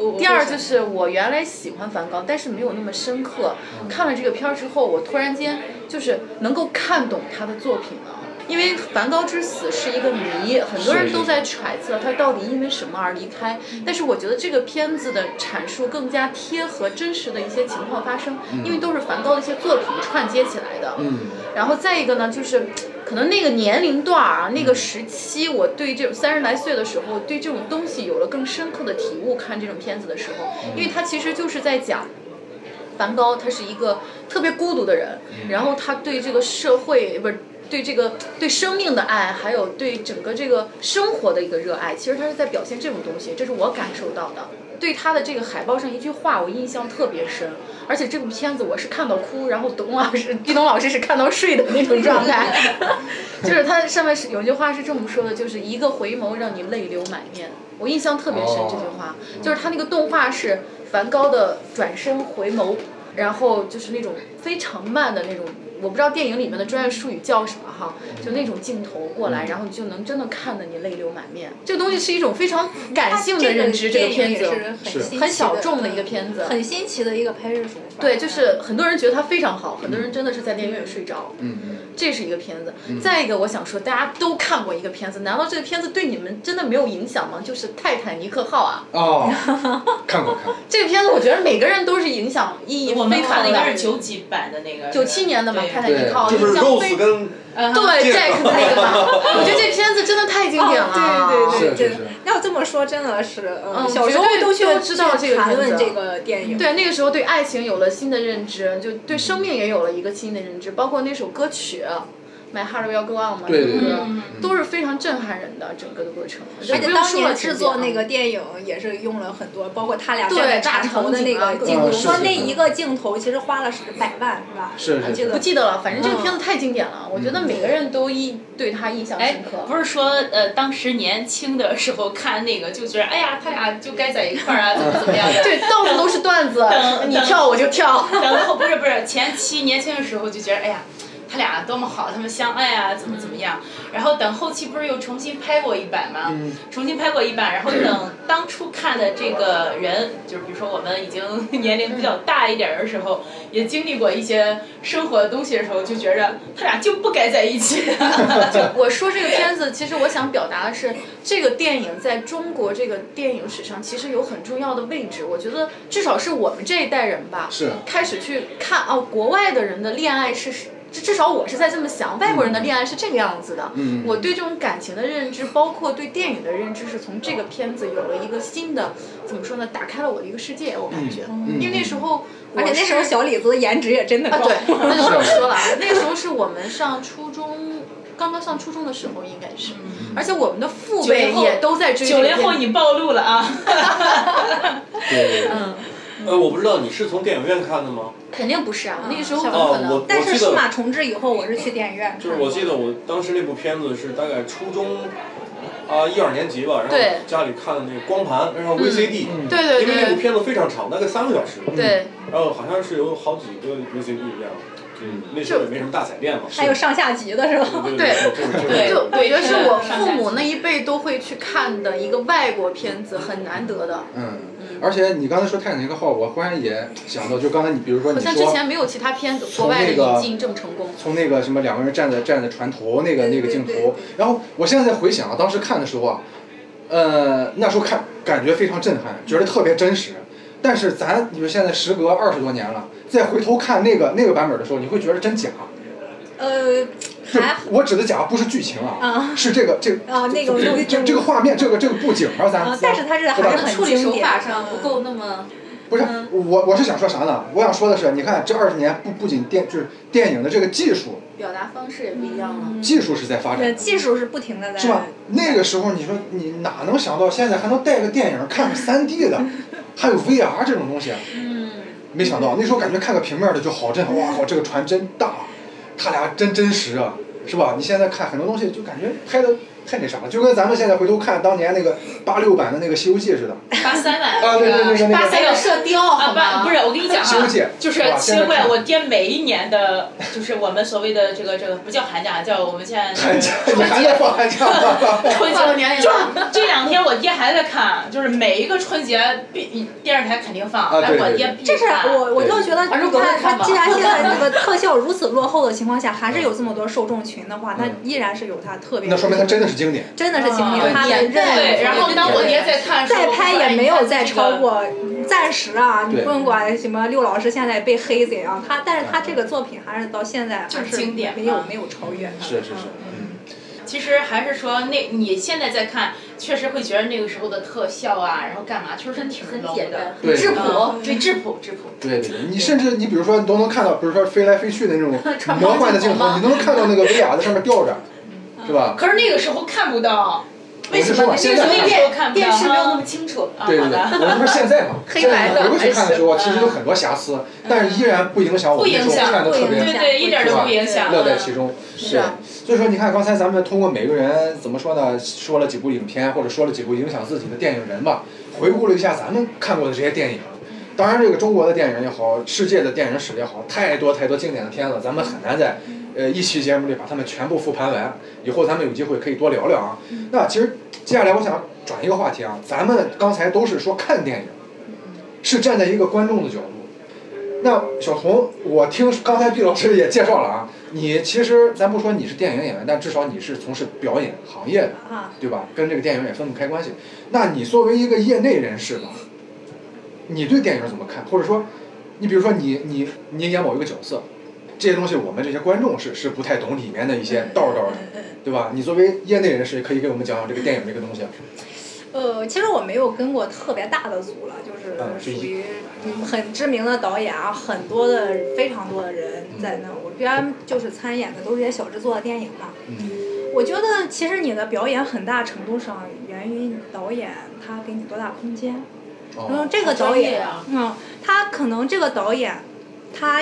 Speaker 5: 我我
Speaker 2: 第二就是我原来喜欢梵高，但是没有那么深刻。
Speaker 5: 嗯
Speaker 2: 看了这个片儿之后，我突然间就是能够看懂他的作品了。因为梵高之死是一个谜，很多人都在揣测他到底因为什么而离开。
Speaker 5: 嗯
Speaker 2: 但是我觉得这个片子的阐述更加贴合真实的一些情况发生，
Speaker 5: 嗯
Speaker 2: 因为都是梵高的一些作品串接起来的。
Speaker 1: 嗯，
Speaker 2: 然后再一个呢，就是可能那个年龄段儿啊，那个时期，我对这三十来岁的时候，对这种东西有了更深刻的体悟。看这种片子的时候，因为它其实就是在讲。梵高他是一个特别孤独的人，然后他对这个社会不是对这个对生命的爱，还有对整个这个生活的一个热爱，其实他是在表现这种东西，这是我感受到的。对他的这个海报上一句话，我印象特别深，而且这部片子我是看到哭，然后董老师、毕董老师是看到睡的那种状态， 就是他上面是有一句话是这么说的，就是一个回眸让你泪流满面，我印象特别深这句话，就是他那个动画是梵高的转身回眸，然后就是那种非常慢的那种，我不知道电影里面的专业术语叫什么哈，就那种镜头过来，然后你就能真的看得你泪流满面。这个东西是一种非常感性的认知，嗯这个片子
Speaker 5: 是很
Speaker 2: 很小众的一个片子。
Speaker 5: 嗯很新奇的一个拍摄手法。
Speaker 2: 对，就是很多人觉得它非常好，很多人真的是在电影院睡着。
Speaker 1: 嗯嗯，
Speaker 2: 这是一个片子，再一个我想说，大家都看过一个片子，难道这个片子对你们真的没有影响吗？就是《泰坦尼克号》啊，
Speaker 1: 哦，看过看过，
Speaker 2: 这个片子我觉得每个人都是影响意义
Speaker 6: 我们
Speaker 2: 非
Speaker 6: 看
Speaker 2: 凡
Speaker 6: 的
Speaker 2: 的。
Speaker 6: 应该是九几版的那个，
Speaker 2: 九七年的嘛，
Speaker 6: 对
Speaker 2: 《泰坦尼克号》
Speaker 4: 就是
Speaker 2: 印象
Speaker 4: Rose
Speaker 2: 非
Speaker 4: 跟
Speaker 2: 对 Jack 的那个嘛，我觉得这片子真的太经典了。
Speaker 5: 哦，对对对，
Speaker 1: 是
Speaker 5: 真
Speaker 1: 是
Speaker 5: 的
Speaker 1: 是。
Speaker 5: 要这么说，真的是，
Speaker 2: 嗯
Speaker 5: 嗯，小时候
Speaker 2: 绝对
Speaker 5: 去
Speaker 2: 都知道这
Speaker 5: 去
Speaker 2: 个
Speaker 5: 谈
Speaker 2: 片
Speaker 5: 论
Speaker 2: 子
Speaker 5: 这个电影。
Speaker 2: 对，那个时候对爱情有了新的认知，就对生命也有了一个新的认知，包括那首歌曲《My Heart Will Go On》嘛，
Speaker 1: 对对
Speaker 2: 那
Speaker 1: 对
Speaker 2: 个歌都是非常震撼人的，整个的过程。
Speaker 5: 嗯而
Speaker 2: 就
Speaker 5: 且
Speaker 2: 不用
Speaker 5: 当
Speaker 2: 说了
Speaker 5: 年
Speaker 2: 几遍
Speaker 5: 制
Speaker 2: 啊
Speaker 5: 作那个电影也是用了很多，包括他俩
Speaker 2: 对
Speaker 5: 站在
Speaker 2: 大
Speaker 5: 船头的
Speaker 2: 场
Speaker 5: 那
Speaker 2: 景啊
Speaker 5: 个镜
Speaker 1: 嗯
Speaker 5: 头，
Speaker 1: 是
Speaker 5: 说
Speaker 1: 是
Speaker 5: 那
Speaker 1: 是
Speaker 5: 一个镜头其实花了是百万是吧？啊
Speaker 1: 是是
Speaker 5: 我记
Speaker 1: 是
Speaker 5: 得
Speaker 2: 不记得了，反正这
Speaker 6: 嗯
Speaker 2: 个片子太经典了，我觉得每个人都一对他印象
Speaker 6: 哎
Speaker 2: 深刻，。
Speaker 6: 不是说呃，当时年轻的时候看那个就觉得，哎呀，他俩就该在一块儿啊，怎么怎 么样的。
Speaker 2: 对，到处都是段子，你跳我就跳。
Speaker 6: 然后不是不是前期年轻的时候就觉得，哎呀，他俩多么好，他们相爱啊，怎么怎么样。
Speaker 1: 嗯
Speaker 6: 然后等后期不是又重新拍过一版吗？重新拍过一版，然后等当初看的这个人，就是比如说我们已经 年龄比较大一点儿的时候，也经历过一些生活的东西的时候，就觉着他俩就不该在一起。
Speaker 2: 我说这个片子，其实我想表达的是，这个电影在中国这个电影史上其实有很重要的位置。我觉得至少是我们这一代人吧，
Speaker 1: 是
Speaker 2: 开始去看哦，国外的人的恋爱是是。至至少我是在这么想，外国人的恋爱是这个样子的。
Speaker 1: 嗯
Speaker 2: 我对这种感情的认知，包括对电影的认知，是从这个片子有了一个新的，怎么说呢？打开了我的一个世界，我
Speaker 1: 嗯
Speaker 2: 感觉。因为那时候我
Speaker 5: 而
Speaker 2: 是，
Speaker 5: 且那时候小李子的颜值也真的
Speaker 2: 啊，
Speaker 5: 高。
Speaker 2: 对，那就不用说了。那时候是我们上初中，刚刚上初中的时候，应该是，而且我们的父辈
Speaker 6: 嗯九零后
Speaker 2: 也都在追这
Speaker 6: 九
Speaker 2: 个
Speaker 6: 零后
Speaker 2: 片子
Speaker 6: 你暴露了啊！
Speaker 1: 对对对。
Speaker 2: 嗯，
Speaker 4: 呃，我不知道你是从电影院看的吗？
Speaker 2: 肯定不是啊，那个
Speaker 6: 嗯
Speaker 2: 时候
Speaker 5: 啊
Speaker 2: 怎
Speaker 4: 啊，
Speaker 1: 哦
Speaker 2: 么可能？
Speaker 4: 我
Speaker 5: 但是
Speaker 4: 我记
Speaker 5: 数
Speaker 4: 得
Speaker 5: 码重置以后，我是去电影院看的。
Speaker 4: 就是我记得我当时那部片子是大概初中啊一二年级吧，然后
Speaker 2: 对
Speaker 4: 家里看的那个光盘，然后 VCD，、
Speaker 1: 嗯
Speaker 2: 对对
Speaker 4: 因为那部
Speaker 2: 对
Speaker 4: 片子非常长，大概三个小时，
Speaker 2: 对，
Speaker 4: 然后好像是有好几个 VCD 这样，嗯，那时候也没什么大彩电嘛，
Speaker 5: 还有上下集的是吧？
Speaker 4: 对
Speaker 2: 对
Speaker 4: 对对
Speaker 6: 嗯
Speaker 4: 对
Speaker 2: 就
Speaker 4: 对
Speaker 2: 我觉得是我父母那一辈都会去看的一个外国片子，很难得的。
Speaker 1: 嗯，而且你刚才说《泰坦尼克号》，我忽然也想到，就刚才你比如说
Speaker 2: 好
Speaker 1: 你
Speaker 2: 像之
Speaker 1: 说
Speaker 2: 前没有其他片子国
Speaker 1: 从
Speaker 2: 外的
Speaker 1: 那个
Speaker 2: 引进这么成功。
Speaker 1: 从那个什么两个人站在站在船头那个那个镜
Speaker 5: 对对对
Speaker 1: 头，然后我现在在回想啊，当时看的时候啊，呃，那时候看感觉非常震撼，觉得特别真实。但是咱你说现在时隔二十多年了，再回头看那个那个版本的时候，你会觉得真假。
Speaker 5: 呃，
Speaker 1: 就
Speaker 5: 还
Speaker 1: 我指的假不是剧情啊，
Speaker 5: 啊
Speaker 1: 是这个这个
Speaker 5: 啊那个
Speaker 1: 这个这这个画面，这个这个布景啊，咱
Speaker 5: 啊，但是它是
Speaker 1: 不知
Speaker 5: 还
Speaker 1: 道
Speaker 5: 是很嗯
Speaker 6: 处理手
Speaker 5: 经典
Speaker 6: 法
Speaker 5: 的
Speaker 6: 上不够那么，
Speaker 1: 不是，我我是想说啥呢？我想说的是，你看这二十年不不仅电就是电影的这个技术，
Speaker 2: 表达方式也不一样了。
Speaker 1: 技术是在发
Speaker 5: 呃，
Speaker 1: 展，
Speaker 5: 技术是不停的在
Speaker 1: 是吧？那个时候你说你哪能想到现在还能带个电影看个三 D 的，还有 VR 这种东西？啊
Speaker 6: 嗯，
Speaker 1: 没想到那时候感觉看个平面的就好震撼，哇靠，这个船真大，他俩真真实啊，是吧？你现在看很多东西就感觉拍的太那啥了，就跟咱们现在回头看当年那个八六版的那个《西游记》 似的，
Speaker 6: 八三版
Speaker 1: 啊，对对对，那个
Speaker 2: 八三有射雕
Speaker 6: 啊
Speaker 2: 好
Speaker 6: 不
Speaker 2: 吗？
Speaker 6: 不是，我跟你讲
Speaker 1: 西游
Speaker 6: 啊
Speaker 1: 记，
Speaker 6: 就是
Speaker 1: 吧
Speaker 6: 奇
Speaker 1: 现在
Speaker 6: 怪，
Speaker 1: 看
Speaker 6: 我爹每一年的，就是我们所谓的这个这个不叫寒假，叫我们现在
Speaker 1: 寒假，哎你还在放寒假吗？
Speaker 6: 春
Speaker 2: 暴露
Speaker 6: 节，
Speaker 2: 年龄
Speaker 6: 就
Speaker 2: 了
Speaker 6: 是这两天我爹还在看，就是每一个春节必电视台肯定放，
Speaker 1: 啊
Speaker 6: 哎，
Speaker 1: 对
Speaker 6: 我
Speaker 1: 对
Speaker 6: 爹
Speaker 1: 对
Speaker 6: 必
Speaker 5: 这是
Speaker 6: 看
Speaker 5: 我，我就觉得，
Speaker 2: 对
Speaker 5: 你看
Speaker 2: 反正
Speaker 5: 它
Speaker 2: 狗
Speaker 5: 既
Speaker 2: 也看
Speaker 5: 然现在这个特效如此落后的情况下，还是有这么多受众群的话，它
Speaker 1: 嗯
Speaker 5: 依然是有它特别。
Speaker 1: 那说明它真的是经典。
Speaker 5: 真的是经
Speaker 1: 哦
Speaker 2: 啊
Speaker 5: 典，它的
Speaker 2: 年代
Speaker 5: 任
Speaker 6: 对，
Speaker 5: 务
Speaker 6: 然后当我爹在看的时嗯候，
Speaker 5: 再拍也没有再超
Speaker 6: 我说。
Speaker 5: 过，暂时啊，你
Speaker 1: 对
Speaker 5: 不用管什么六老师现在被黑怎样，他但是他这个作品还是到现在还
Speaker 6: 就是经典
Speaker 5: 没有
Speaker 6: 啊
Speaker 5: 没有超越他。
Speaker 1: 是是是，
Speaker 6: 哎你看这个其实还是说，那你现在再看，确实会觉得那个时候的特效啊，然后干嘛，确实挺 low
Speaker 2: 很简单
Speaker 6: 的，。
Speaker 1: 对
Speaker 2: 质朴。
Speaker 6: 嗯对质朴质朴。
Speaker 1: 对对对，你甚至你比如说你都能看到，比如说飞来飞去的那 种
Speaker 2: 穿
Speaker 1: 魔
Speaker 2: 毛
Speaker 1: 幻的镜
Speaker 2: 镜头
Speaker 1: 头，
Speaker 2: 吗
Speaker 1: 你都能看到那个威亚在上面吊着，是吧？
Speaker 6: 可是那个时候看不到，为
Speaker 1: 我
Speaker 6: 什
Speaker 1: 是
Speaker 6: 么
Speaker 1: 说嘛
Speaker 6: 那个
Speaker 1: 现
Speaker 6: 时
Speaker 1: 在
Speaker 6: 候
Speaker 1: 看
Speaker 6: 那个看不到？
Speaker 2: 电视没有那
Speaker 6: 啊
Speaker 2: 么清楚。
Speaker 6: 啊
Speaker 1: 对
Speaker 6: 好
Speaker 1: 对对，
Speaker 6: 的，
Speaker 1: 我是说现 在嘛，
Speaker 2: 黑白的
Speaker 1: 现在回过去看的时候，其实有很多瑕疵，但是依然不影响我
Speaker 6: 嗯不
Speaker 1: 们那
Speaker 6: 影
Speaker 1: 时候
Speaker 6: 响
Speaker 1: 看的特
Speaker 5: 不影
Speaker 1: 别
Speaker 5: 响
Speaker 6: 对对，一点都不影响。
Speaker 1: 乐在其中。
Speaker 2: 是啊
Speaker 1: 对所以说你看刚才咱们通过每个人怎么说呢，说了几部影片，或者说了几部影响自己的电影人吧，回顾了一下咱们看过的这些电影。当然，这个中国的电影也好，世界的电影史也好，太多太多经典的片子，咱们很难在呃一期节目里把它们全部复盘完。以后咱们有机会可以多聊聊啊。那其实接下来我想转一个话题啊，咱们刚才都是说看电影，是站在一个观众的角度。那小童，我听刚才毕老师也介绍了啊，你其实咱不说你是电影演员，但至少你是从事表演行业的，
Speaker 5: 啊，
Speaker 1: 对吧？跟这个电影也分不开关系。那你作为一个业内人士吧，你对电影怎么看？或者说，你比如说你你你演某一个角色，这些东西我们这些观众是是不太懂里面的一些道道的，对吧？你作为业内人士，可以给我们讲讲这个电影这个东西。啊
Speaker 5: 呃，其实我没有跟过特别大的组了，就是
Speaker 1: 嗯是
Speaker 5: 属于嗯很知名的导演啊，很多的非常多的人在那。我一般就是参演的都是一些小制作的电影嘛。
Speaker 1: 嗯，
Speaker 5: 我觉得其实你的表演很大程度上源于导演他给你多大空间。然
Speaker 1: 哦，
Speaker 5: 后嗯这个导
Speaker 6: 专业
Speaker 5: 演，
Speaker 6: 啊
Speaker 5: 嗯，他可能这个导演，他，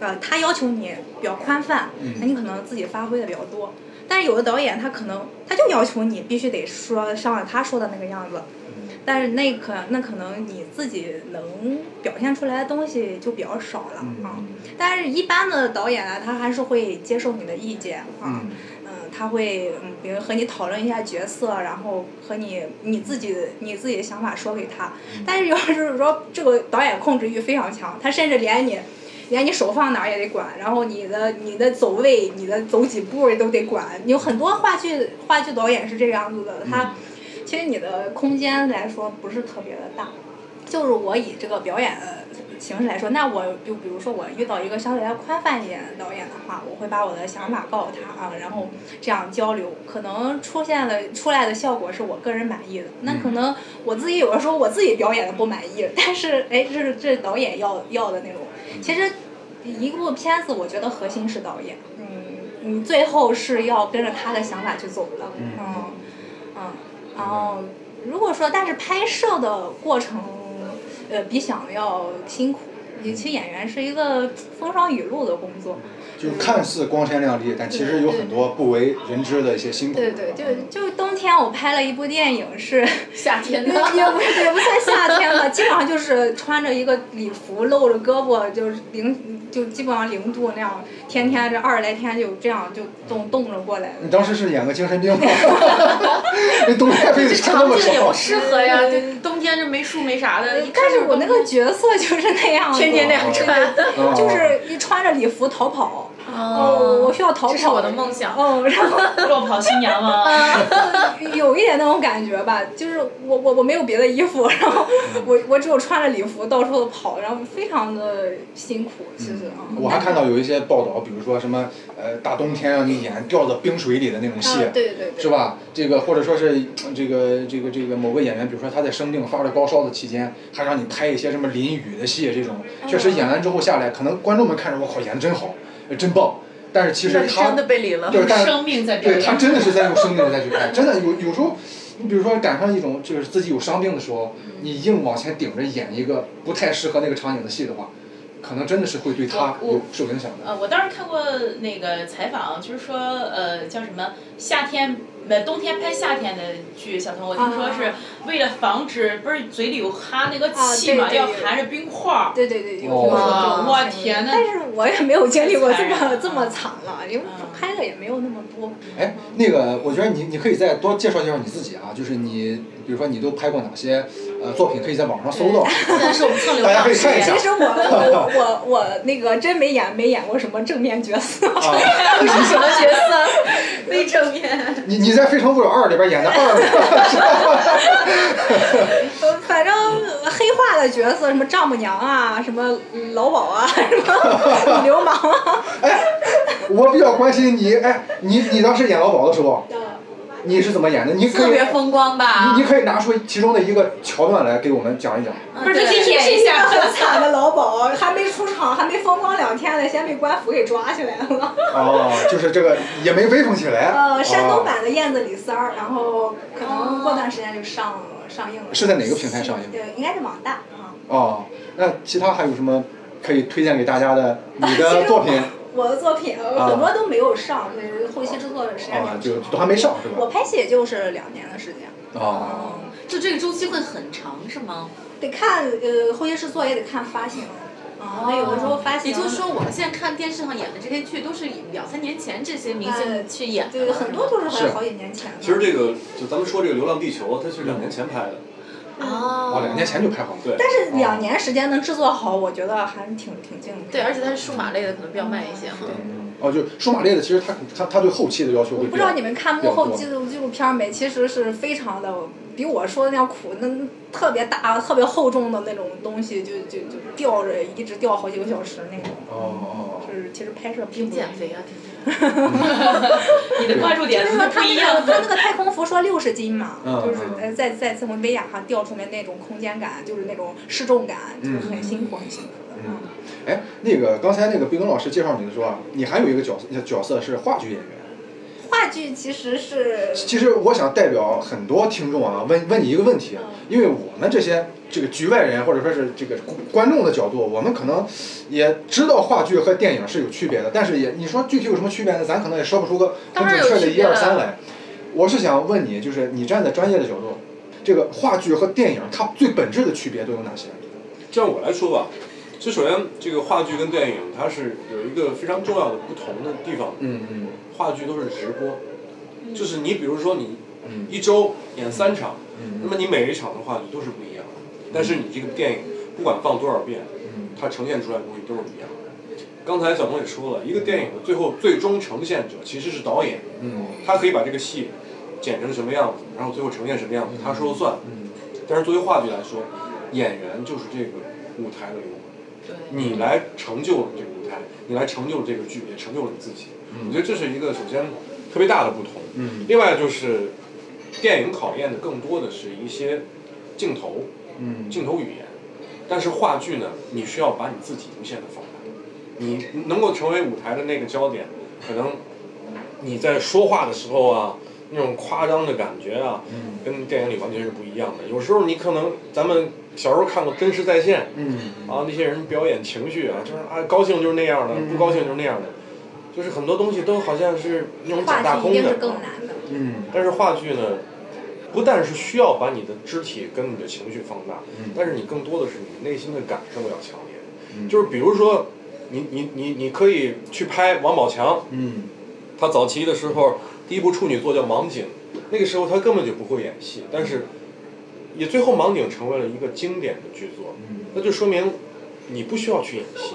Speaker 5: 呃，他要求你比较宽泛，那
Speaker 1: 嗯
Speaker 5: 你可能自己发挥的比较多。但是有的导演他可能他就要求你必须得说像他说的那个样子，但是那可那可能你自己能表现出来的东西就比较少了
Speaker 1: 嗯
Speaker 5: 啊。但是一般的导演啊呢，他还是会接受你的意见啊。
Speaker 1: 嗯
Speaker 5: 嗯，他会嗯，比如和你讨论一下角色，然后和你你自己你自己的想法说给他。但是要是说这个导演控制欲非常强，他甚至连你连你手放哪儿也得管，然后你的你的走位、你的走几步都得管。有很多话剧话剧导演是这样子的，他其实你的空间来说不是特别的大。就是我以这个表演的形式来说，那我就比如说我遇到一个相对来宽泛一点的导演的话，我会把我的想法告诉他啊，然后这样交流，可能出现的出来的效果是我个人满意的。那可能我自己有的时候我自己表演的不满意，但是哎，这是这是导演要要的那种。其实一部片子，我觉得核心是导演，嗯，你最后是要跟着他的想法去走的，
Speaker 1: 嗯
Speaker 5: 嗯嗯，然后如果说但是拍摄的过程。呃，比想的要辛苦。尤其演员是一个风霜雨露的工作，
Speaker 1: 就是看似光鲜亮丽，但其实有很多不为人知的一些辛苦。
Speaker 5: 对对，就就冬天我拍了一部电影是，
Speaker 2: 夏天
Speaker 5: 也
Speaker 2: 的，
Speaker 5: 也不是也不算夏天吧，基本上就是穿着一个礼服，露着胳膊，就是零就基本上零度那样，天天这二十来天就这样就冻冻着过来的。
Speaker 1: 你当时是演个精神病 吗？那冬天非得
Speaker 2: 这
Speaker 1: 穿那
Speaker 2: 场
Speaker 1: 么
Speaker 2: 景也不
Speaker 1: 少，
Speaker 2: 适合呀，
Speaker 5: 对
Speaker 2: 这冬天这没树没啥的，一看
Speaker 5: 但是
Speaker 2: 就
Speaker 5: 我那个角色就是那样的，
Speaker 2: 天天那样穿，
Speaker 1: 嗯
Speaker 5: 就是一穿着礼服逃跑。
Speaker 2: 哦
Speaker 5: 我需要逃跑。
Speaker 2: 这是我的梦想
Speaker 5: 哦， 然后
Speaker 6: 嗯落跑新
Speaker 5: 嗯
Speaker 6: 娘吗？
Speaker 5: 有一点那种感觉吧，就是我我我没有别的衣服， 然后我我只有穿着礼服到处跑，然后非常的辛苦，其实啊。
Speaker 1: 我还看到有一些报道，比如说什么呃大冬天让你演掉到冰水里的那种戏，
Speaker 5: 啊，对对对。
Speaker 1: 是吧？这个或者说是呃这个这个这个某个演员，比如说他在生病发着高烧的期间，还让你拍一些什么淋雨的戏，这种
Speaker 5: 嗯
Speaker 1: 确实演完之后下来，可能观众们看着我靠演得真好，呃真棒，但是其实
Speaker 2: 那
Speaker 1: 他
Speaker 2: 真的被淋了。
Speaker 1: 对，但是
Speaker 6: 生命在表
Speaker 1: 对他
Speaker 6: 演。
Speaker 1: 真的是在用生命再去拍，真的有有时候，你比如说赶上一种就是自己有伤病的时候，你硬往前顶着演一个不太适合那个场景的戏的话，可能真的是会对他
Speaker 6: 我
Speaker 1: 有受影响的。
Speaker 6: 呃，我当时看过那个采访，就是说，呃，叫什么夏天，呃，冬天拍夏天的剧，小童，我听说是为了防止，不是嘴里有哈那个气嘛，
Speaker 5: 啊啊对对
Speaker 6: 要
Speaker 5: 对
Speaker 6: 含着冰块儿。
Speaker 5: 对对对，有有
Speaker 1: 哦
Speaker 5: 有这
Speaker 2: 哇
Speaker 5: 种
Speaker 6: 我
Speaker 5: 情
Speaker 6: 天
Speaker 5: 节
Speaker 6: 呐
Speaker 5: 但是我也没有经历过这
Speaker 6: 太残忍
Speaker 5: 么
Speaker 6: 了嗯
Speaker 5: 这么惨了，因为拍的也没有那么多。
Speaker 1: 哎，那个我觉得你你可以再多介绍介绍你自己啊，就是你比如说你都拍过哪些呃作品，可以在网上搜到，
Speaker 2: 现在是我 们蹭流
Speaker 1: 大家
Speaker 2: 量
Speaker 1: 可以
Speaker 2: 时
Speaker 1: 看一
Speaker 2: 间
Speaker 1: 下
Speaker 5: 其。实我我我我那个真没演没演过什么正面角色，
Speaker 1: 啊，
Speaker 2: 是什么角 色？非正面。
Speaker 1: 你你在《非诚勿扰二》里边演的二，
Speaker 5: 呃反正黑化的角色什么丈母娘啊，什么老鸨啊，什么流氓啊，
Speaker 1: 我比较关心你，哎，你你当时演老鸨的时候，你是怎么演的？你可
Speaker 2: 特
Speaker 1: 以
Speaker 2: 别风光吧
Speaker 5: 啊
Speaker 1: 你？你可以拿出其中的一个桥段来给我们讲一讲。
Speaker 6: 不是，
Speaker 2: 嗯对
Speaker 6: 这
Speaker 5: 也
Speaker 6: 演
Speaker 5: 是
Speaker 6: 一
Speaker 5: 一个
Speaker 6: 下。
Speaker 5: 很惨的老鸨，还没出场，还没风光两天呢，先被官府给抓起来了。
Speaker 1: 哦， 就是这个也没威风起来。
Speaker 5: 呃，山东
Speaker 1: 哦
Speaker 5: 版的《燕子李三儿》，然后可能过段时间就上上映了。
Speaker 1: 是在哪个平台上映
Speaker 5: 对，应该是网大啊。
Speaker 1: 哦，那其他还有什么可以推荐给大家 的？你
Speaker 5: 其
Speaker 1: 的
Speaker 5: 实
Speaker 1: 作品
Speaker 5: 我的作品呃
Speaker 1: 啊
Speaker 5: 很多都没有上，就是后期制作时间比
Speaker 1: 啊
Speaker 5: 较，
Speaker 1: 就
Speaker 5: 长。
Speaker 1: 都还没上是
Speaker 5: 我
Speaker 1: 吧？
Speaker 5: 拍戏也就是两年的时间。嗯
Speaker 1: 哦，
Speaker 2: 就这个周期会很长是吗？
Speaker 5: 得看呃后期制作也得看发行，啊，那有的时候发行，
Speaker 2: 哦也就是说，我们现在看电视上演的这些剧，都是两三年前这些明
Speaker 5: 呃
Speaker 2: 星去演的，
Speaker 5: 对很多都是
Speaker 1: 是
Speaker 5: 好好几年前的。
Speaker 4: 其实这个就咱们说这个《流浪地球》，它是两年前拍的，
Speaker 2: 哦
Speaker 1: 哦，两年前就拍好了。
Speaker 4: 对。
Speaker 5: 但是两年时间能制作好，我觉得还是挺挺敬业。
Speaker 2: 对，而且它是数码类的，可能比较慢一些哈。
Speaker 1: 嗯哦，就数码类的，其实他他他对后期的要求会比较。
Speaker 5: 不知道你们看幕
Speaker 1: 比
Speaker 5: 后
Speaker 1: 较多
Speaker 5: 纪录纪录片没？其实是非常的，比我说的那要苦，那特别大、特别厚重的那种东西，就就就吊着，一直吊好几个小时那种。
Speaker 1: 哦哦
Speaker 5: 就是其实拍摄
Speaker 2: 挺
Speaker 5: 并不
Speaker 2: 减肥啊，挺减肥。
Speaker 6: 你的关注点
Speaker 5: 就是说
Speaker 6: 怎么
Speaker 5: 他
Speaker 6: 不
Speaker 5: 那
Speaker 6: 一样
Speaker 5: 个他那个太空服说六十斤嘛，
Speaker 1: 嗯
Speaker 5: 就是
Speaker 1: 嗯
Speaker 5: 呃在在从威亚上掉出来那种空间感，就是那种失重感，就是很辛苦很辛苦的。
Speaker 1: 嗯，哎，那个刚才那个毕庚老师介绍你的时候啊，你还有一个角色角色是话剧演员。
Speaker 5: 话剧其实是
Speaker 1: 其实我想代表很多听众啊，问问你一个问题，因为我们这些这个局外人或者说是这个观众的角度，我们可能也知道话剧和电影是有区别的，但是也你说具体有什么区别呢？咱可能也说不出个很准确的一二三来。我是想问你，就是你站在专业的角度，这个话剧和电影它最本质的区别都有哪些？
Speaker 4: 这样我来说吧，就首先这个话剧跟电影它是有一个非常重要的不同的地方，
Speaker 1: 嗯嗯
Speaker 4: 话剧都是直播，就是你比如说你
Speaker 1: 嗯
Speaker 4: 一周演三场，
Speaker 1: 嗯
Speaker 4: 那么你每一场的话剧都是不一样的，但是你这个电影不管放多少遍，
Speaker 1: 嗯
Speaker 4: 它呈现出来的东西都是不一样的。刚才小萌也说了，一个电影的最后最终呈现者其实是导演，
Speaker 1: 嗯
Speaker 4: 他可以把这个戏剪成什么样子，然后最后呈现什么样子，他说了算。
Speaker 1: 嗯
Speaker 4: 但是作为话剧来说，演员就是这个舞台的灵魂，
Speaker 6: 对，
Speaker 4: 你来成就了这个舞台，你来成就了这个剧，也成就了你自己。我觉得这是一个首先特别大的不同。
Speaker 1: 嗯
Speaker 4: 另外就是电影考验的更多的是一些镜头、
Speaker 1: 嗯
Speaker 4: 镜头语言，但是话剧呢，你需要把你自己无限的放大，你能够成为舞台的那个焦点，可能你在说话的时候啊，那种夸张的感觉啊，
Speaker 1: 嗯
Speaker 4: 跟电影里完全是不一样的。有时候你可能咱们小时候看过真实再现，
Speaker 1: 嗯，
Speaker 4: 啊，那些人表演情绪啊，就是啊，高兴就是那样的，
Speaker 1: 嗯
Speaker 4: 不高兴就是那样的，就是很多东西都好像是那种假大
Speaker 5: 话剧一
Speaker 4: 空
Speaker 5: 定
Speaker 4: 的
Speaker 5: 是。更难的。
Speaker 1: 嗯，
Speaker 4: 但是话剧呢，不但是需要把你的肢体跟你的情绪放大，
Speaker 1: 嗯
Speaker 4: 但是你更多的是你内心的感受要强烈。
Speaker 1: 嗯
Speaker 4: 就是比如说，你你你你可以去拍王宝强，
Speaker 1: 嗯
Speaker 4: 他早期的时候第一部处女作叫《盲井》，那个时候他根本就不会演戏，但是也最后《盲井》成为了一个经典的剧作。那就说明你不需要去演戏，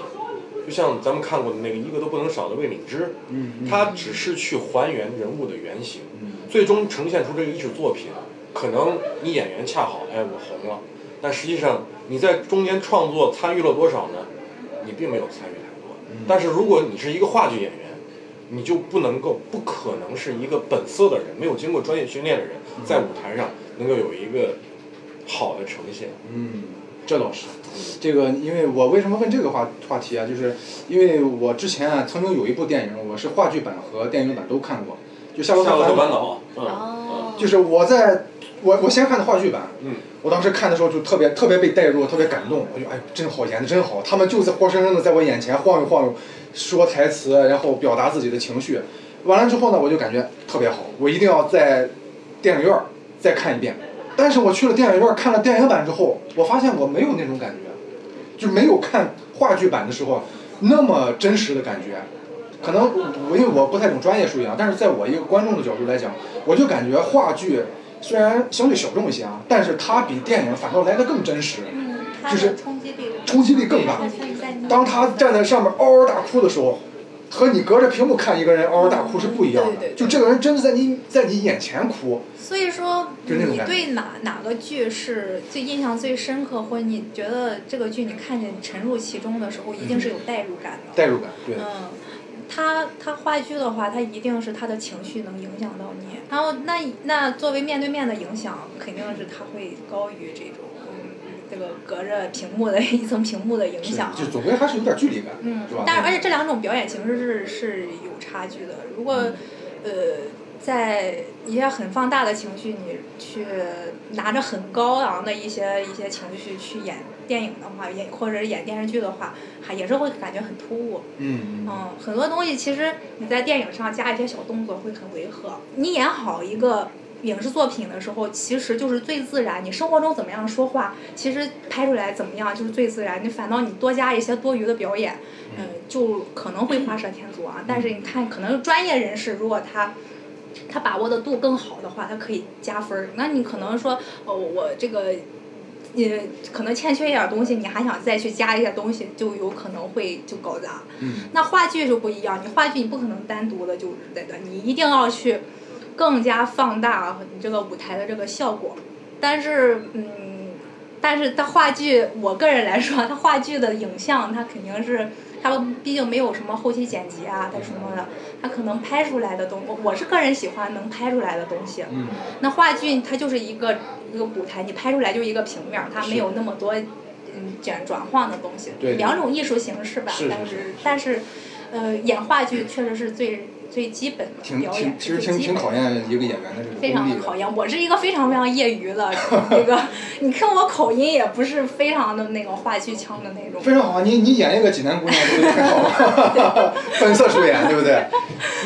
Speaker 4: 就像咱们看过的那个《一个都不能少的魏敏芝》，
Speaker 1: 嗯，
Speaker 4: 他只是去还原人物的原型，
Speaker 1: 嗯
Speaker 4: 最终呈现出这个艺术作品。可能你演员恰好，哎，我红了，但实际上你在中间创作参与了多少呢？你并没有参与太多。
Speaker 1: 嗯
Speaker 4: 但是如果你是一个话剧演员，你就不能够，不可能是一个本色的人，没有经过专业训练的人，
Speaker 1: 嗯
Speaker 4: 在舞台上能够有一个好的呈现。
Speaker 1: 嗯，这倒是。这个，因为我为什么问这个话话题啊？就是因为我之前啊，曾经有一部电影，我是话剧版和电影版都看过，就《夏洛
Speaker 4: 夏洛
Speaker 1: 特
Speaker 4: 特
Speaker 1: 烦
Speaker 4: 烦
Speaker 1: 恼》。
Speaker 4: 恼，嗯，
Speaker 2: 哦，
Speaker 1: 就是我在我我先看的话剧版，
Speaker 4: 嗯，
Speaker 1: 我当时看的时候就特别特别被带入，特别感动，我就哎呦真好演的真好，他们就在活生生的在我眼前晃悠晃悠，说台词，然后表达自己的情绪，完了之后呢，我就感觉特别好，我一定要在电影院儿再看一遍。但是我去了电影院儿看了电影版之后，我发现我没有那种感觉，就没有看话剧版的时候那么真实的感觉。可能我因为我不太懂专业术语啊，但是在我一个观众的角度来讲，我就感觉话剧虽然相对小众一些啊，但是它比电影反倒来得更真实。
Speaker 5: 嗯，它
Speaker 1: 就是
Speaker 5: 的冲击力
Speaker 1: 冲击力更大
Speaker 5: 它是在你
Speaker 1: 当他站在上面嗷嗷大哭的时候，和你隔着屏幕看一个人嗷嗷大哭是不一样的。
Speaker 5: 对对对
Speaker 1: 就这个人真的在你在你眼前哭，
Speaker 5: 所以说，
Speaker 1: 就是那种
Speaker 5: 你
Speaker 1: 感觉
Speaker 5: 对哪哪个剧是最印象最深刻，或者你觉得这个剧你看见你沉入其中的时候，一定是有代入感的。
Speaker 1: 嗯代入感。对，
Speaker 5: 嗯，他他话剧的话，他一定是他的情绪能影响到你。然后那那作为面对面的影响，肯定是他会高于这种嗯这个隔着屏幕的 一层屏幕的影
Speaker 1: 是
Speaker 5: 响。啊
Speaker 1: 就总归还是有点距离感，
Speaker 5: 嗯
Speaker 1: 是吧，？
Speaker 5: 但是而且这两种表演形式是是有差距的。如果
Speaker 1: 嗯
Speaker 5: 呃在一些很放大的情绪，你去拿着很高昂的一些一些情绪去演电影的话，演或者是演电视剧的话，还也是会感觉很突兀。
Speaker 1: 嗯嗯
Speaker 5: 嗯，很多东西其实你在电影上加一些小动作会很违和。你演好一个影视作品的时候，其实就是最自然。你生活中怎么样说话，其实拍出来怎么样就是最自然。你反倒你多加一些多余的表演，嗯、就可能会画蛇添足啊。但是你看，可能专业人士如果他。他把握的度更好的话，他可以加分儿。那你可能说，哦，我这个也可能欠缺一点儿东西，你还想再去加一些东西，就有可能会就搞砸。
Speaker 1: 嗯
Speaker 5: 那话剧就不一样，你话剧你不可能单独的就是在那，你一定要去更加放大你这个舞台的这个效果。但是，嗯，但是它话剧，我个人来说，啊它话剧的影像，它肯定是它毕竟没有什么后期剪辑啊，它什么的，它可能拍出来的东，我我是个人喜欢能拍出来的东西。
Speaker 1: 嗯
Speaker 5: 那话剧它就是一个一个舞台，你拍出来就是一个平面儿，它
Speaker 1: 是
Speaker 5: 没有那么多嗯转转换的东西。
Speaker 1: 对
Speaker 5: 两种艺术形式吧，
Speaker 1: 是是
Speaker 5: 但
Speaker 1: 是
Speaker 5: 但是，呃，演话剧确实是最最基本的
Speaker 1: 挺
Speaker 5: 表
Speaker 1: 挺
Speaker 5: 演，
Speaker 1: 其实
Speaker 5: 是最
Speaker 1: 挺
Speaker 5: 基
Speaker 1: 挺
Speaker 5: 本的
Speaker 1: 考验一个演员的这个
Speaker 5: 非
Speaker 1: 功
Speaker 5: 常
Speaker 1: 力
Speaker 5: 的考验。我是一个非常非常业余 的那个，你看我口音也不是非常的那个话剧腔的那种。
Speaker 1: 非常好，你你演一个济南姑娘，对不对？太好 了，本色出演，对不对？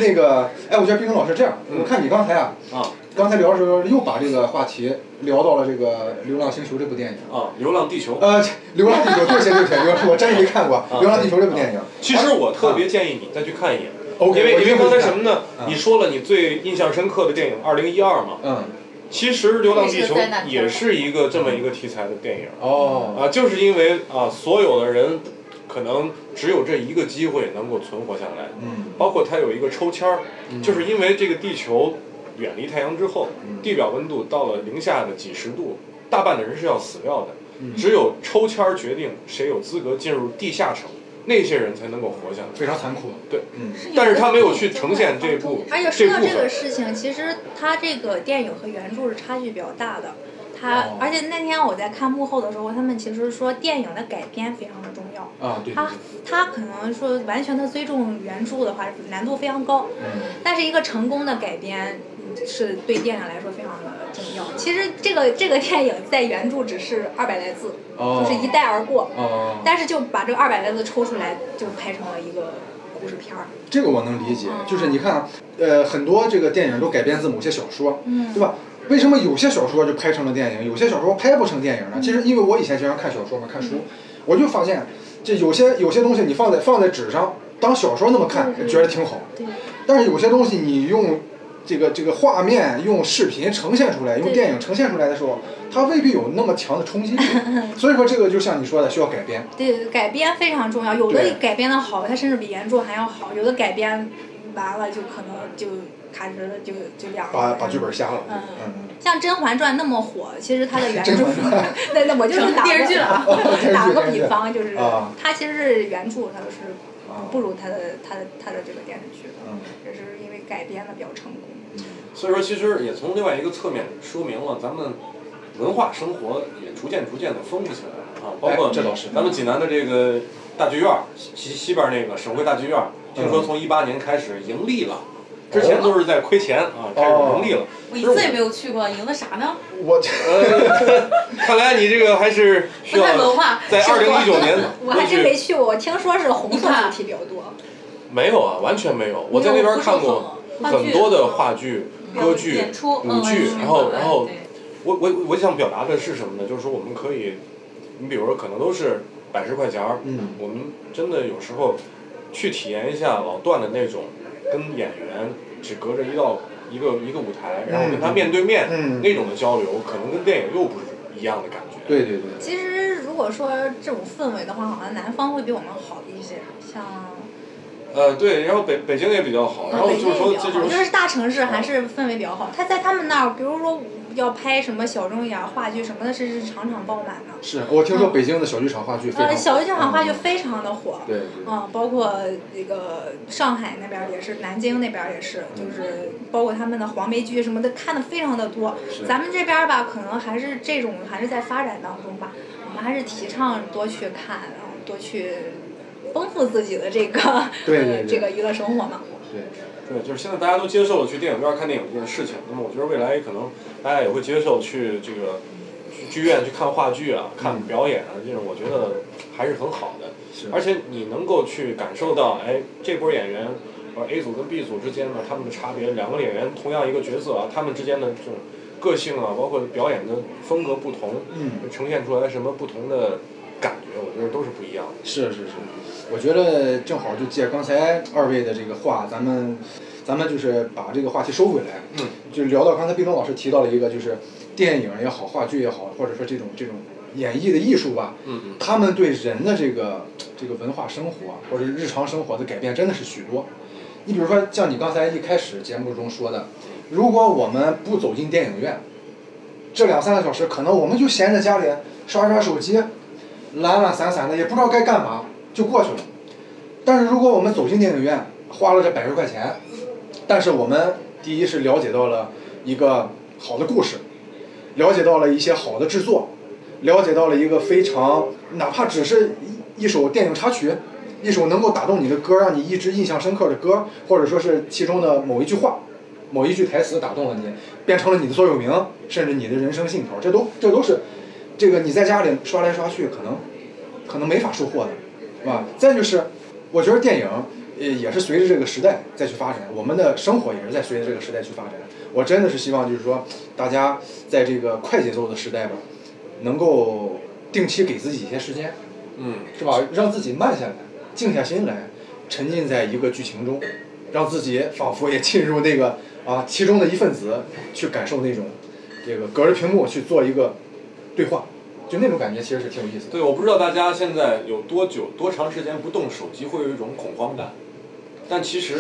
Speaker 1: 那个，哎，我觉得冰冰老师这样，我看你刚才啊，
Speaker 4: 啊
Speaker 1: 刚才聊的时候又把这个话题聊到了这个《流浪星球》这部电影。
Speaker 4: 啊，《流浪地球》
Speaker 1: 呃，《流浪地球》，对不起，对不起，对不起我真没看
Speaker 4: 啊
Speaker 1: 过《流浪地球》这部电影。
Speaker 4: 其实我特别建议你再去看一眼，
Speaker 1: OK，
Speaker 4: 因为
Speaker 1: 我一
Speaker 4: 因
Speaker 1: 定
Speaker 4: 为
Speaker 1: 会
Speaker 4: 刚才
Speaker 1: 去
Speaker 4: 什
Speaker 1: 看
Speaker 4: 么呢？
Speaker 1: 嗯
Speaker 4: 你说了你最印象深刻的电影《二零一二》嘛，
Speaker 1: 嗯，
Speaker 4: 其实《流浪地
Speaker 2: 这是
Speaker 4: 球
Speaker 2: 个灾难》片
Speaker 4: 也是一个这么一个题材的电影
Speaker 1: 哦，
Speaker 4: 啊，就是因为啊，所有的人可能只有这一个机会能够存活下来，
Speaker 1: 嗯
Speaker 4: 包括它有一个抽签儿，
Speaker 1: 嗯
Speaker 4: 就是因为这个地球远离太阳之后
Speaker 1: 嗯，
Speaker 4: 地表温度到了零下的几十度，大半的人是要死掉的。
Speaker 1: 嗯
Speaker 4: 只有抽签儿决定谁有资格进入地下城，那些人才能够活下来。
Speaker 1: 非常残酷。
Speaker 4: 对，
Speaker 1: 嗯
Speaker 4: 但是他没有去呈现这部
Speaker 5: 而且
Speaker 4: 这
Speaker 5: 说到
Speaker 4: 部
Speaker 5: 这个
Speaker 4: 分，
Speaker 5: 事情，其实它这个电影和原著是差距比较大的。它、
Speaker 1: 哦
Speaker 5: 而且那天我在看幕后的时候，他们其实说电影的改编非常的重要。
Speaker 1: 啊，对对
Speaker 5: 它
Speaker 1: 对，
Speaker 5: 它可能说完全的追重原著的话，难度非常高。
Speaker 1: 嗯
Speaker 5: 但是一个成功的改编，嗯是对电影来说非常的重要。其实这个这个电影在原著只是二百来字，
Speaker 1: 哦
Speaker 5: 就是一带而过，
Speaker 1: 哦，
Speaker 5: 但是就把这二百来字抽出来，就拍成了一个故事片儿。
Speaker 1: 这个我能理解，就是你看，呃，很多这个电影都改编自某些小说，
Speaker 5: 嗯
Speaker 1: 对吧？为什么有些小说就拍成了电影，有些小说拍不成电影呢？其实
Speaker 5: 嗯
Speaker 1: 因为我以前经常看小说嘛，看书，我就发现，这有些有些东西你放在放在纸上当小说那么看，觉得挺好，
Speaker 2: 对，
Speaker 1: 但是有些东西你用这个这个画面、用视频呈现出来、用
Speaker 2: 对
Speaker 1: 电影呈现出来的时候，它未必有那么强的冲击力。 所以说，这个就像你说的，需要改编。
Speaker 5: 对，改编非常重要。有
Speaker 1: 对
Speaker 5: 的改编的好，它甚至比原著还要好；有的改编完了就可能就卡直了，就就凉了。
Speaker 1: 把把剧本瞎了。
Speaker 5: 嗯
Speaker 1: 嗯，
Speaker 5: 像《甄嬛传》那么火，其实它的原著
Speaker 1: 甄嬛传，
Speaker 5: 那那我就是
Speaker 2: 成
Speaker 5: 打
Speaker 2: 电视剧
Speaker 5: 个
Speaker 2: 了
Speaker 1: 嗯
Speaker 2: 啊
Speaker 5: 打 个
Speaker 1: 电视剧
Speaker 5: 比方，就是
Speaker 1: 啊
Speaker 5: 它其实是原著，它是
Speaker 1: 啊
Speaker 5: 不如它的它的它的这个电视剧的，
Speaker 1: 嗯
Speaker 5: 只是因为改编的比较成功。
Speaker 4: 所以说，其实也从另外一个侧面说明了咱们文化生活也逐渐逐渐的丰富起来了啊，包括
Speaker 1: 哎这倒是
Speaker 4: 咱们济南的这个大剧院儿，西西西边儿那个省会大剧院儿，
Speaker 1: 嗯
Speaker 4: 听说从一八年开始盈利了，之前都是在亏钱啊，开始盈利了。
Speaker 1: 哦
Speaker 6: 我一次也没有去过，赢的啥呢？
Speaker 1: 我
Speaker 4: 呃， 看来你这个还是需
Speaker 6: 不
Speaker 4: 要
Speaker 6: 太文化，
Speaker 4: 在
Speaker 6: 生
Speaker 4: 二零
Speaker 6: 活
Speaker 4: 一九年
Speaker 1: 嗯
Speaker 5: 我还真没去过，我听说是红色
Speaker 6: 你看
Speaker 5: 主题比较多。
Speaker 4: 没有啊，完全没有。我在那边看过很多的话剧、歌剧、
Speaker 6: 嗯演出、
Speaker 4: 舞剧，
Speaker 6: 嗯
Speaker 4: 然后然
Speaker 1: 哦
Speaker 4: 后
Speaker 6: 对
Speaker 4: 我我我想表达的是什么呢？就是说我们可以，你比如说可能都是百十块钱儿，
Speaker 1: 嗯
Speaker 4: 我们真的有时候去体验一下老段的那种跟演员只隔着一道一个一个舞台，然后跟他面对面、
Speaker 1: 嗯
Speaker 4: 那种的交流，可能跟电影又不是一样的感觉。
Speaker 1: 对对对，
Speaker 5: 其实如果说这种氛围的话，好像南方会比我们好一些，像。
Speaker 4: 呃对，然后北北京也比较好，然后
Speaker 5: 哦北
Speaker 4: 就
Speaker 5: 京也
Speaker 4: 是说
Speaker 5: 比
Speaker 4: 这
Speaker 5: 较
Speaker 4: 就
Speaker 5: 好，就是是大城市还是氛围比较好。他在他们那儿，比如说要拍什么小众呀、话剧什么的，是是场场爆满的。
Speaker 1: 是我听说北京的小剧场话剧非常
Speaker 5: 嗯呃，
Speaker 1: 火。
Speaker 5: 小剧场话剧非常的火。
Speaker 1: 对对
Speaker 5: 嗯，包括那个上海那边儿也是，南京那边儿也是，就是包括他们的黄梅剧什么的，看的非常的多
Speaker 1: 是。
Speaker 5: 咱们这边儿吧，可能还是这种还是在发展当中吧，我们还是提倡多去看，然后多去丰富自己的这个
Speaker 1: 对对
Speaker 5: 呃
Speaker 1: 对
Speaker 5: 这个娱乐生活嘛。
Speaker 1: 对，
Speaker 4: 对，就是现在大家都接受了去电影院看电影这件事情。那么我觉得未来可能大家也会接受去这个去剧院去看话剧啊、看表演啊，这种我觉得还是很好的。
Speaker 1: 是
Speaker 4: 而且你能够去感受到，哎，这波演员，呃，A 组跟 B 组之间的他们的差别，两个演员同样一个角色啊，他们之间的这种个性啊，包括表演的风格不同，
Speaker 1: 嗯
Speaker 4: 呈现出来什么不同的感觉，我觉得都是不一样的。
Speaker 1: 是是是，我觉得正好就借刚才二位的这个话，咱们咱们就是把这个话题收回来，
Speaker 4: 嗯，
Speaker 1: 就聊到刚才毕东老师提到了一个，就是电影也好，话剧也好，或者说这种这种演绎的艺术吧，
Speaker 4: 嗯嗯。
Speaker 1: 他们对人的这个这个文化生活啊或者日常生活的改变真的是许多。你比如说，像你刚才一开始节目中说的，如果我们不走进电影院，这两三个小时，可能我们就闲在家里刷刷手机，懒懒散散的，也不知道该干嘛，就过去了。但是如果我们走进电影院，花了这百十块钱，但是我们第一是了解到了一个好的故事，了解到了一些好的制作，了解到了一个非常哪怕只是一一首电影插曲，一首能够打动你的歌，让你一直印象深刻的歌，或者说是其中的某一句话、某一句台词打动了你，变成了你的座右铭，甚至你的人生信条，这都这都是这个你在家里刷来刷去可能可能没法收获的，是吧？再就是，我觉得电影。呃，也是随着这个时代再去发展，我们的生活也是在随着这个时代去发展。我真的是希望，就是说，大家在这个快节奏的时代吧，能够定期给自己一些时间，
Speaker 4: 嗯
Speaker 1: 是吧？让自己慢下来，静下心来，沉浸在一个剧情中，让自己仿佛也进入那个啊其中的一份子，去感受那种这个隔着屏幕去做一个对话，就那种感觉其实是挺有意思的。
Speaker 4: 对，我不知道大家现在有多久、多长时间不动手机，会有一种恐慌感。但其实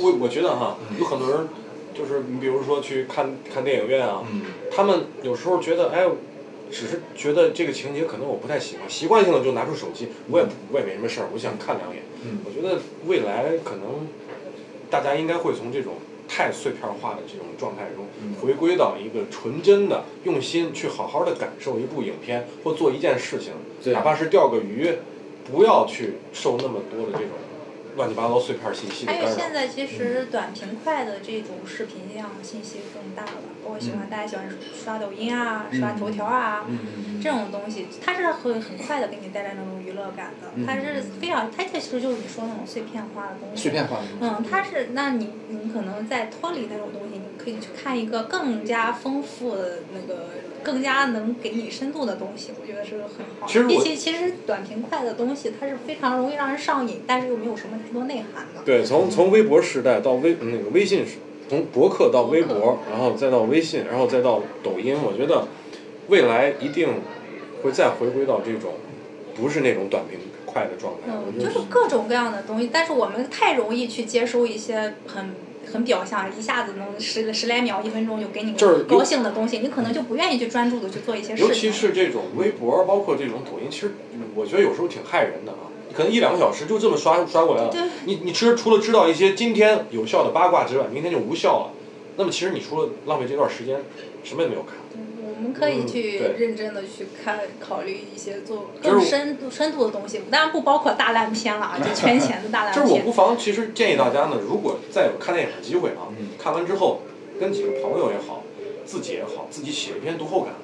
Speaker 4: 我我觉得哈，有很多人就是你比如说去看看电影院啊，
Speaker 1: 嗯，
Speaker 4: 他们有时候觉得哎，只是觉得这个情节可能我不太喜欢，习惯性的就拿出手机，我也不我也没什么事儿，我想看两眼。
Speaker 1: 嗯
Speaker 4: 我觉得未来可能大家应该会从这种太碎片化的这种状态中
Speaker 1: 嗯，
Speaker 4: 回归到一个纯真的、用心去好好的感受一部影片或做一件事情，
Speaker 1: 对
Speaker 4: 哪怕是钓个鱼，不要去受那么多的这种乱七八糟碎片信息的
Speaker 5: 还
Speaker 4: 干
Speaker 5: 有
Speaker 4: 扰。
Speaker 5: 现在其实短平快的这种视频量信息更大了，包括喜
Speaker 4: 嗯
Speaker 5: 欢大家喜欢刷抖音啊、刷头条啊、
Speaker 1: 嗯嗯
Speaker 5: 这种东西，它是会很快的给你带来那种娱乐感的，
Speaker 4: 嗯
Speaker 5: 它是非常它其实就是你说那种碎片化的东西。
Speaker 1: 碎片化的东西。
Speaker 5: 嗯，它是，那你你可能在脱离那种东西，你可以去看一个更加丰富的那个，更加能给你深度的东西，我觉得是很好
Speaker 4: 其实
Speaker 5: 的。
Speaker 4: 我
Speaker 5: 并且其实短平快的东西，它是非常容易让人上瘾，但是又没有什么太多内涵的。
Speaker 4: 对，从从微博时代到微那个微信时，从博客到微博，
Speaker 5: 嗯
Speaker 4: 然后再到微信，然后再到抖音，我觉得未来一定会再回归到这种不是那种短平快的状态。我
Speaker 5: 嗯，就
Speaker 4: 觉得
Speaker 5: 是各种各样的东西，但是我们太容易去接收一些很很表象，一下子能十十来秒、一分钟就给你
Speaker 4: 就是
Speaker 5: 高兴的东西，你可能就不愿意去专注的去做一些事情。
Speaker 4: 尤其是这种微博，包括这种抖音，其实我觉得有时候挺害人的啊。可能一两个小时就这么刷刷过来了
Speaker 5: 对，
Speaker 4: 你你其实除了知道一些今天有效的八卦之外，明天就无效了。那么其实你除了浪费这段时间，什么也没有看。
Speaker 5: 我们可以去
Speaker 4: 嗯对
Speaker 5: 认真的去看、考虑一些做
Speaker 4: 就是
Speaker 5: 更深度深度的东西，当然不包括大烂片了啊，就圈钱的大烂
Speaker 4: 就是我
Speaker 5: 片。
Speaker 4: 不妨其实建议大家呢，如果再有看电影的机会啊，
Speaker 1: 嗯
Speaker 4: 看完之后跟几个朋友也好，自己也好，自己写一篇读后感，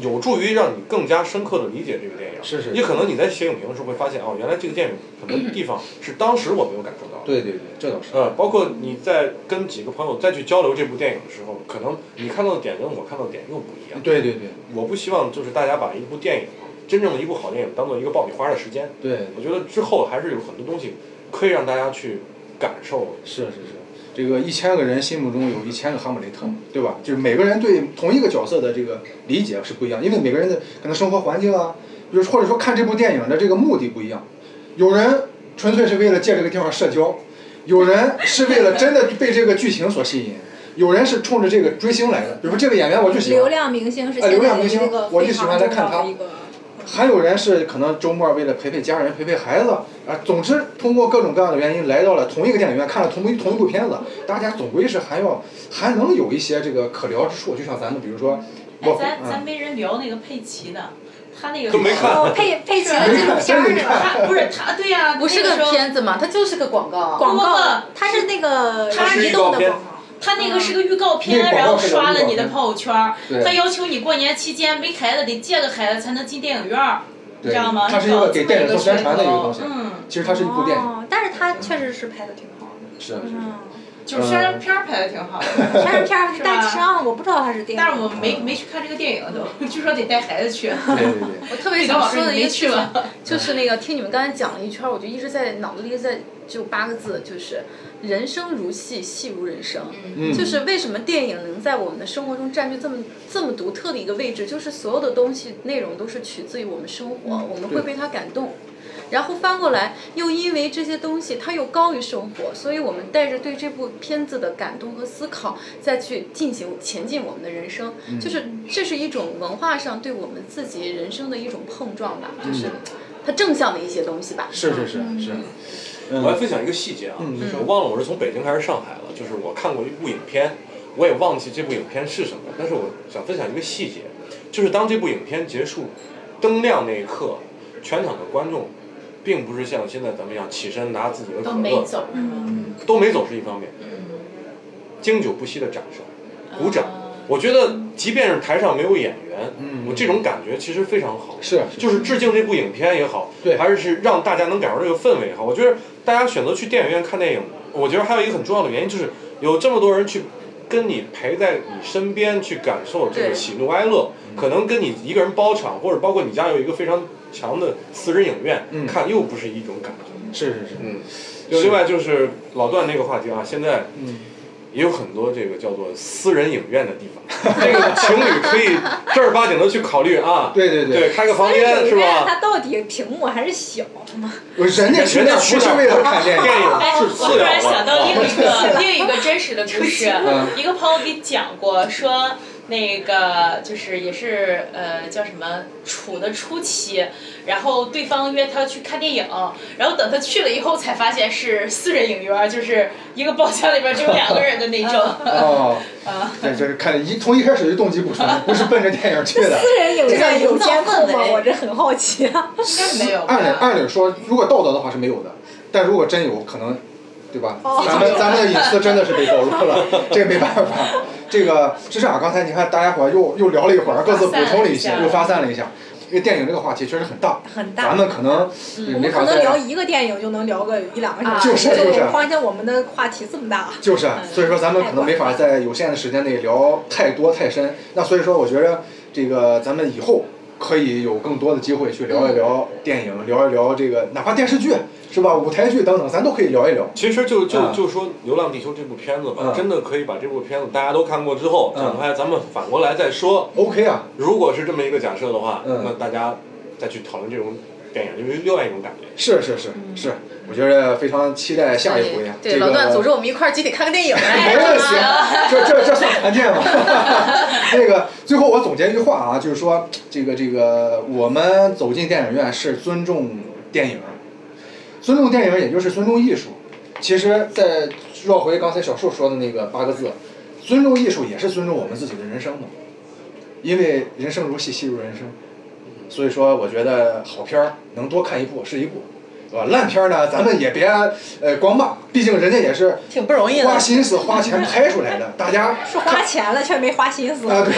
Speaker 4: 有助于让你更加深刻的理解这个电影。
Speaker 1: 是是
Speaker 4: 也可能你在写影评的时候会发现哦，原来这个电影很多地方是当时我没有感受到的。
Speaker 1: 对对对，这倒是。
Speaker 4: 呃，包括你在跟几个朋友再去交流这部电影的时候，可能你看到的点跟我看到的点又不一样。
Speaker 1: 嗯对对对
Speaker 4: 我不希望就是大家把一部电影，真正的一部好电影，当做一个爆米花的时间。
Speaker 1: 对，
Speaker 4: 我觉得之后还是有很多东西可以让大家去感受。
Speaker 1: 是是是，这个一千个人心目中有一千个哈姆雷特嘛，对吧？就是每个人对同一个角色的这个理解是不一样，因为每个人的可能生活环境啊，比如或者说看这部电影的这个目的不一样，有人纯粹是为了借这个地方社交，有人是为了真的被这个剧情所吸引，有人是冲着这个追星来的，比如说这个演员我就喜欢
Speaker 5: 流，量明星是
Speaker 1: 啊
Speaker 5: 现
Speaker 1: 流量
Speaker 5: 在的
Speaker 1: 明星
Speaker 5: 一个
Speaker 1: 我就
Speaker 5: 非
Speaker 1: 喜欢
Speaker 5: 常
Speaker 1: 来
Speaker 5: 重
Speaker 1: 看
Speaker 5: 要
Speaker 1: 他
Speaker 5: 的一个。
Speaker 1: 还有人是可能周末为了陪陪家人、陪陪孩子啊，总之通过各种各样的原因来到了同一个电影院，看了同一同一部片子，大家总归是还要还能有一些这个可聊之处。就像咱们比如说，
Speaker 6: 哎
Speaker 1: 我，
Speaker 6: 咱咱
Speaker 1: 嗯，
Speaker 6: 没人聊那个佩奇呢，他那个
Speaker 4: 都没看
Speaker 5: 哦，佩佩奇的纪录片
Speaker 1: 真没
Speaker 5: 儿
Speaker 1: 看
Speaker 6: 他不是他，对呀、
Speaker 2: 不是
Speaker 6: 那时
Speaker 2: 个
Speaker 6: 候，
Speaker 2: 片子嘛，它就是个广告。
Speaker 5: 广
Speaker 6: 忘
Speaker 5: 告
Speaker 6: 了，
Speaker 5: 它是那个
Speaker 6: 它是
Speaker 5: 移
Speaker 4: 预
Speaker 5: 动
Speaker 4: 告
Speaker 5: 的
Speaker 4: 片
Speaker 5: 广告。
Speaker 6: 他那个是个预告
Speaker 1: 嗯
Speaker 6: 片，
Speaker 1: 那个广
Speaker 6: 然
Speaker 1: 告
Speaker 6: 后
Speaker 1: 是个
Speaker 6: 刷了
Speaker 1: 预告
Speaker 6: 你的
Speaker 1: 片
Speaker 6: 朋友圈儿。
Speaker 1: 对
Speaker 6: 他要求你过年期间没孩子得借个孩子才能进电影院儿，你
Speaker 1: 对
Speaker 6: 知道吗？
Speaker 1: 它是一
Speaker 6: 搞
Speaker 1: 个
Speaker 6: 这
Speaker 1: 给
Speaker 6: 么
Speaker 1: 电影做宣
Speaker 6: 噱
Speaker 1: 传的一个
Speaker 6: 头
Speaker 1: 东西
Speaker 6: 嗯，
Speaker 1: 其实它是一部电影，
Speaker 5: 哦，但是它确实是拍的挺好的。
Speaker 1: 是是是，
Speaker 5: 嗯，
Speaker 6: 就是宣传片儿拍的挺好的。
Speaker 5: 但是片儿
Speaker 6: 是，吧
Speaker 5: 但实际上我不知道它是电影。
Speaker 6: 但是我没没去看这个电影都， 据说得带孩子去。
Speaker 1: 对对对。
Speaker 2: 我特别想说的一个事
Speaker 6: 这
Speaker 2: 情
Speaker 6: 个网上你没，
Speaker 2: 就是那个听你们刚才讲了一圈儿，我就一直在脑子里一直在就八个字，就是人生如戏，戏如人生。
Speaker 1: 嗯
Speaker 2: 就是为什么电影能在我们的生活中占据这么这么独特的一个位置，就是所有的东西内容都是取自于我们生活，
Speaker 1: 嗯
Speaker 2: 我们会被它感动。然后翻过来，又因为这些东西它又高于生活，所以我们带着对这部片子的感动和思考，再去进行前进我们的人生，
Speaker 1: 嗯
Speaker 2: 就是这是一种文化上对我们自己人生的一种碰撞吧，就是它正向的一些东西吧。
Speaker 1: 嗯是是是是，嗯
Speaker 4: 我来分享一个细节啊，
Speaker 1: 嗯你说
Speaker 4: 我忘了我是从北京还是上海了，就是我看过一部影片，我也忘记这部影片是什么，但是我想分享一个细节，就是当这部影片结束，灯亮那一刻，全场的观众，并不是像现在咱们一样起身拿自己的可乐
Speaker 6: 都没走嗯是
Speaker 2: 嗯
Speaker 6: 吗？
Speaker 5: 嗯
Speaker 4: 都没走是一方面，经久不息的掌声、鼓掌。
Speaker 6: 嗯
Speaker 4: 我觉得，即便是台上没有演员，
Speaker 1: 嗯
Speaker 4: 我这种感觉其实非常好，
Speaker 1: 是是
Speaker 4: 就是致敬这部影片也好，
Speaker 1: 对
Speaker 4: 还是是让大家能感受这个氛围也好。我觉得大家选择去电影院看电影，我觉得还有一个很重要的原因就是有这么多人去跟你陪在你身边，去感受这个
Speaker 2: 对
Speaker 4: 喜怒哀乐。可能跟你一个人包场，或者包括你家有一个非常强的私人影院、
Speaker 1: 嗯
Speaker 4: 看，又不是一种感觉。
Speaker 1: 是是是，
Speaker 4: 嗯，就另外就是老段那个话题啊，现在
Speaker 1: 嗯，
Speaker 4: 也有很多这个叫做私人影院的 地方，这个情侣可以正儿八经的去考虑啊。
Speaker 1: 对对对
Speaker 4: 对，开个房间是吧？
Speaker 5: 它到底屏幕还是小嘛？
Speaker 1: 人家去那儿不是为了看电
Speaker 4: 电
Speaker 1: 影，
Speaker 4: 影
Speaker 6: 哎，
Speaker 4: 是
Speaker 6: 我
Speaker 4: 次
Speaker 6: 突
Speaker 4: 要
Speaker 6: 然想到 另
Speaker 4: 的。
Speaker 6: 一个另一个真实的故 事
Speaker 1: 嗯，
Speaker 6: 一个朋友给讲过，说那个就是也是呃叫什么处的初期，然后对方约他去看电影，然后等他去了以后才发现是私人影院，就是一个包厢里边只有两个人的那 种。
Speaker 1: 哦，对，这是看一从一开始就动机不纯，不是奔着电影去的。
Speaker 5: 私人影院有监控
Speaker 2: 这叫营造氛
Speaker 5: 吗
Speaker 2: 围？
Speaker 5: 我这很好奇啊。
Speaker 6: 应该没有吧
Speaker 1: 按理按理说，如果道德的话是没有的，但如果真有可能，对吧？咱 们咱们的隐私真的是被暴露了， 这个没办法。这个至少刚才你看大家伙又又聊了一会儿，各自补充了一些，又发散了一下。因为电影这个话题确实很大，
Speaker 5: 很大。
Speaker 1: 咱们可能也
Speaker 5: 我
Speaker 1: 没
Speaker 5: 们
Speaker 1: 法
Speaker 5: 可
Speaker 1: 再啊
Speaker 5: 能聊一个电影就能聊个一两个小时，
Speaker 1: 就是就是
Speaker 5: 就况且我们的话题这么大，
Speaker 1: 就是，啊所以说咱们可能没法在有限的时间内聊太多太深。那所以说，我觉着这个咱们以后可以有更多的机会去聊一聊电影，聊一聊这个哪怕电视剧是吧，舞台剧等等，咱都可以聊一聊。
Speaker 4: 其实就就
Speaker 1: 嗯
Speaker 4: 就说《流浪地球》这部片子吧，
Speaker 1: 嗯
Speaker 4: 真的可以把这部片子大家都看过之后
Speaker 1: 嗯
Speaker 4: 展开，咱们反过来再说。
Speaker 1: OK 啊，
Speaker 4: 如果是这么一个假设的话，
Speaker 1: 嗯
Speaker 4: 那大家再去讨论这种电影，就是另外一种感觉。
Speaker 1: 是是是是，我觉着非常期待下一回。
Speaker 2: 嗯
Speaker 1: 啊
Speaker 2: 对，
Speaker 1: 这个
Speaker 2: 老段组织我们一块儿集体看个 电影。哎
Speaker 1: 没问题，啊这这这算团建吗？那个最后我总结一句话啊，就是说这个这个我们走进电影院是尊重电影，尊重电影也就是尊重艺术。其实再绕回刚才小树说的那个八个字，尊重艺术也是尊重我们自己的人生嘛，因为人生如戏，戏如人生。所以说，我觉得好片儿能多看一部是一部，对吧？烂片儿呢，咱们也别呃光骂，毕竟人家也是
Speaker 2: 挺不容易的
Speaker 1: 花心思花钱拍出来的，大家啊、
Speaker 5: 是花钱了却没花心思。
Speaker 1: 对，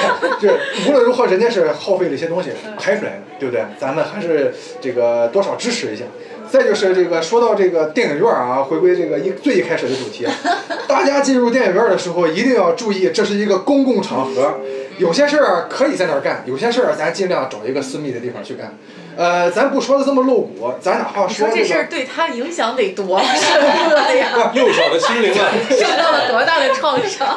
Speaker 1: 就是无论如何，人家是耗费了一些东西拍出来的，对不对？咱们还是这个多少支持一下。再就是这个说到这个电影院啊，回归这个一最一开始的主题，啊大家进入电影院的时候一定要注意，这是一个公共场合，有些事儿可以在那儿干，有些事儿咱尽量找一个私密的地方去干。呃，咱不说的这么露骨，咱哪怕
Speaker 2: 你说
Speaker 1: 这
Speaker 2: 这事
Speaker 1: 个
Speaker 2: 儿对他影响得多啊深刻的呀，
Speaker 4: 幼小的心灵 啊，
Speaker 2: 受到了多大的创伤？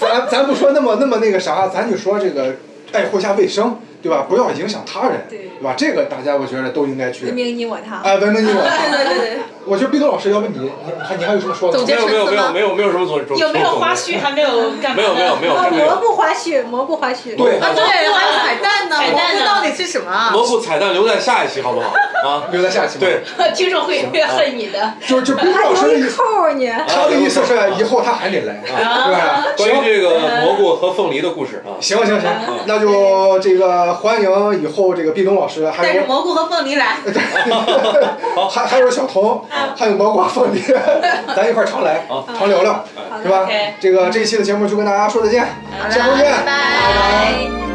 Speaker 1: 咱咱不说那么那么那个啥，咱就说这个爱护一下卫生，对吧？不要影响他人，
Speaker 5: 对
Speaker 1: 吧？这个大家我觉得都应该去
Speaker 5: 明。明你我他，
Speaker 1: 哎，文文你 我，
Speaker 5: 对对对对，
Speaker 1: 我觉得毕东老师，要不你你你还你还有什么说的吗
Speaker 2: 总？
Speaker 4: 没
Speaker 2: 结
Speaker 4: 有没有没有没有没有什么总总
Speaker 3: 有没有花？絮还没有干嘛呢？
Speaker 4: 没有没有没有
Speaker 5: 啊
Speaker 4: 真没
Speaker 5: 蘑
Speaker 4: 有。
Speaker 5: 菇花絮，蘑菇花絮，哎
Speaker 1: 对
Speaker 2: 啊，对，还有彩蛋呢，
Speaker 3: 彩蛋
Speaker 2: 我
Speaker 3: 呢
Speaker 2: 这到底是什么啊？
Speaker 4: 蘑菇彩蛋留在下一期好不好？ 啊，
Speaker 1: 留在下期吧。
Speaker 4: 对，
Speaker 6: 听众会越恨你的。
Speaker 1: 就就毕东老
Speaker 5: 还
Speaker 1: 师
Speaker 5: 留
Speaker 1: 的意
Speaker 5: 一
Speaker 1: 思，
Speaker 5: 扣儿你。
Speaker 1: 他的意思是以后他还得来，啊
Speaker 5: 啊
Speaker 1: 对吧？
Speaker 4: 啊关于这
Speaker 3: 嗯
Speaker 4: 个蘑菇和凤梨的故事啊，
Speaker 1: 行行行，
Speaker 2: 嗯
Speaker 1: 那就这个欢迎以后这个毕东老师，还
Speaker 2: 带着
Speaker 1: 有
Speaker 2: 蘑菇和凤梨来， 嗯
Speaker 1: 对，还还有小童，还有蘑菇凤 梨，咱一块儿常来，常聊聊，
Speaker 5: 好的
Speaker 1: 是吧
Speaker 3: OK？
Speaker 1: 这个这一期的节目就跟大家说再见，
Speaker 2: 好
Speaker 1: 下周见，
Speaker 2: 啦拜拜。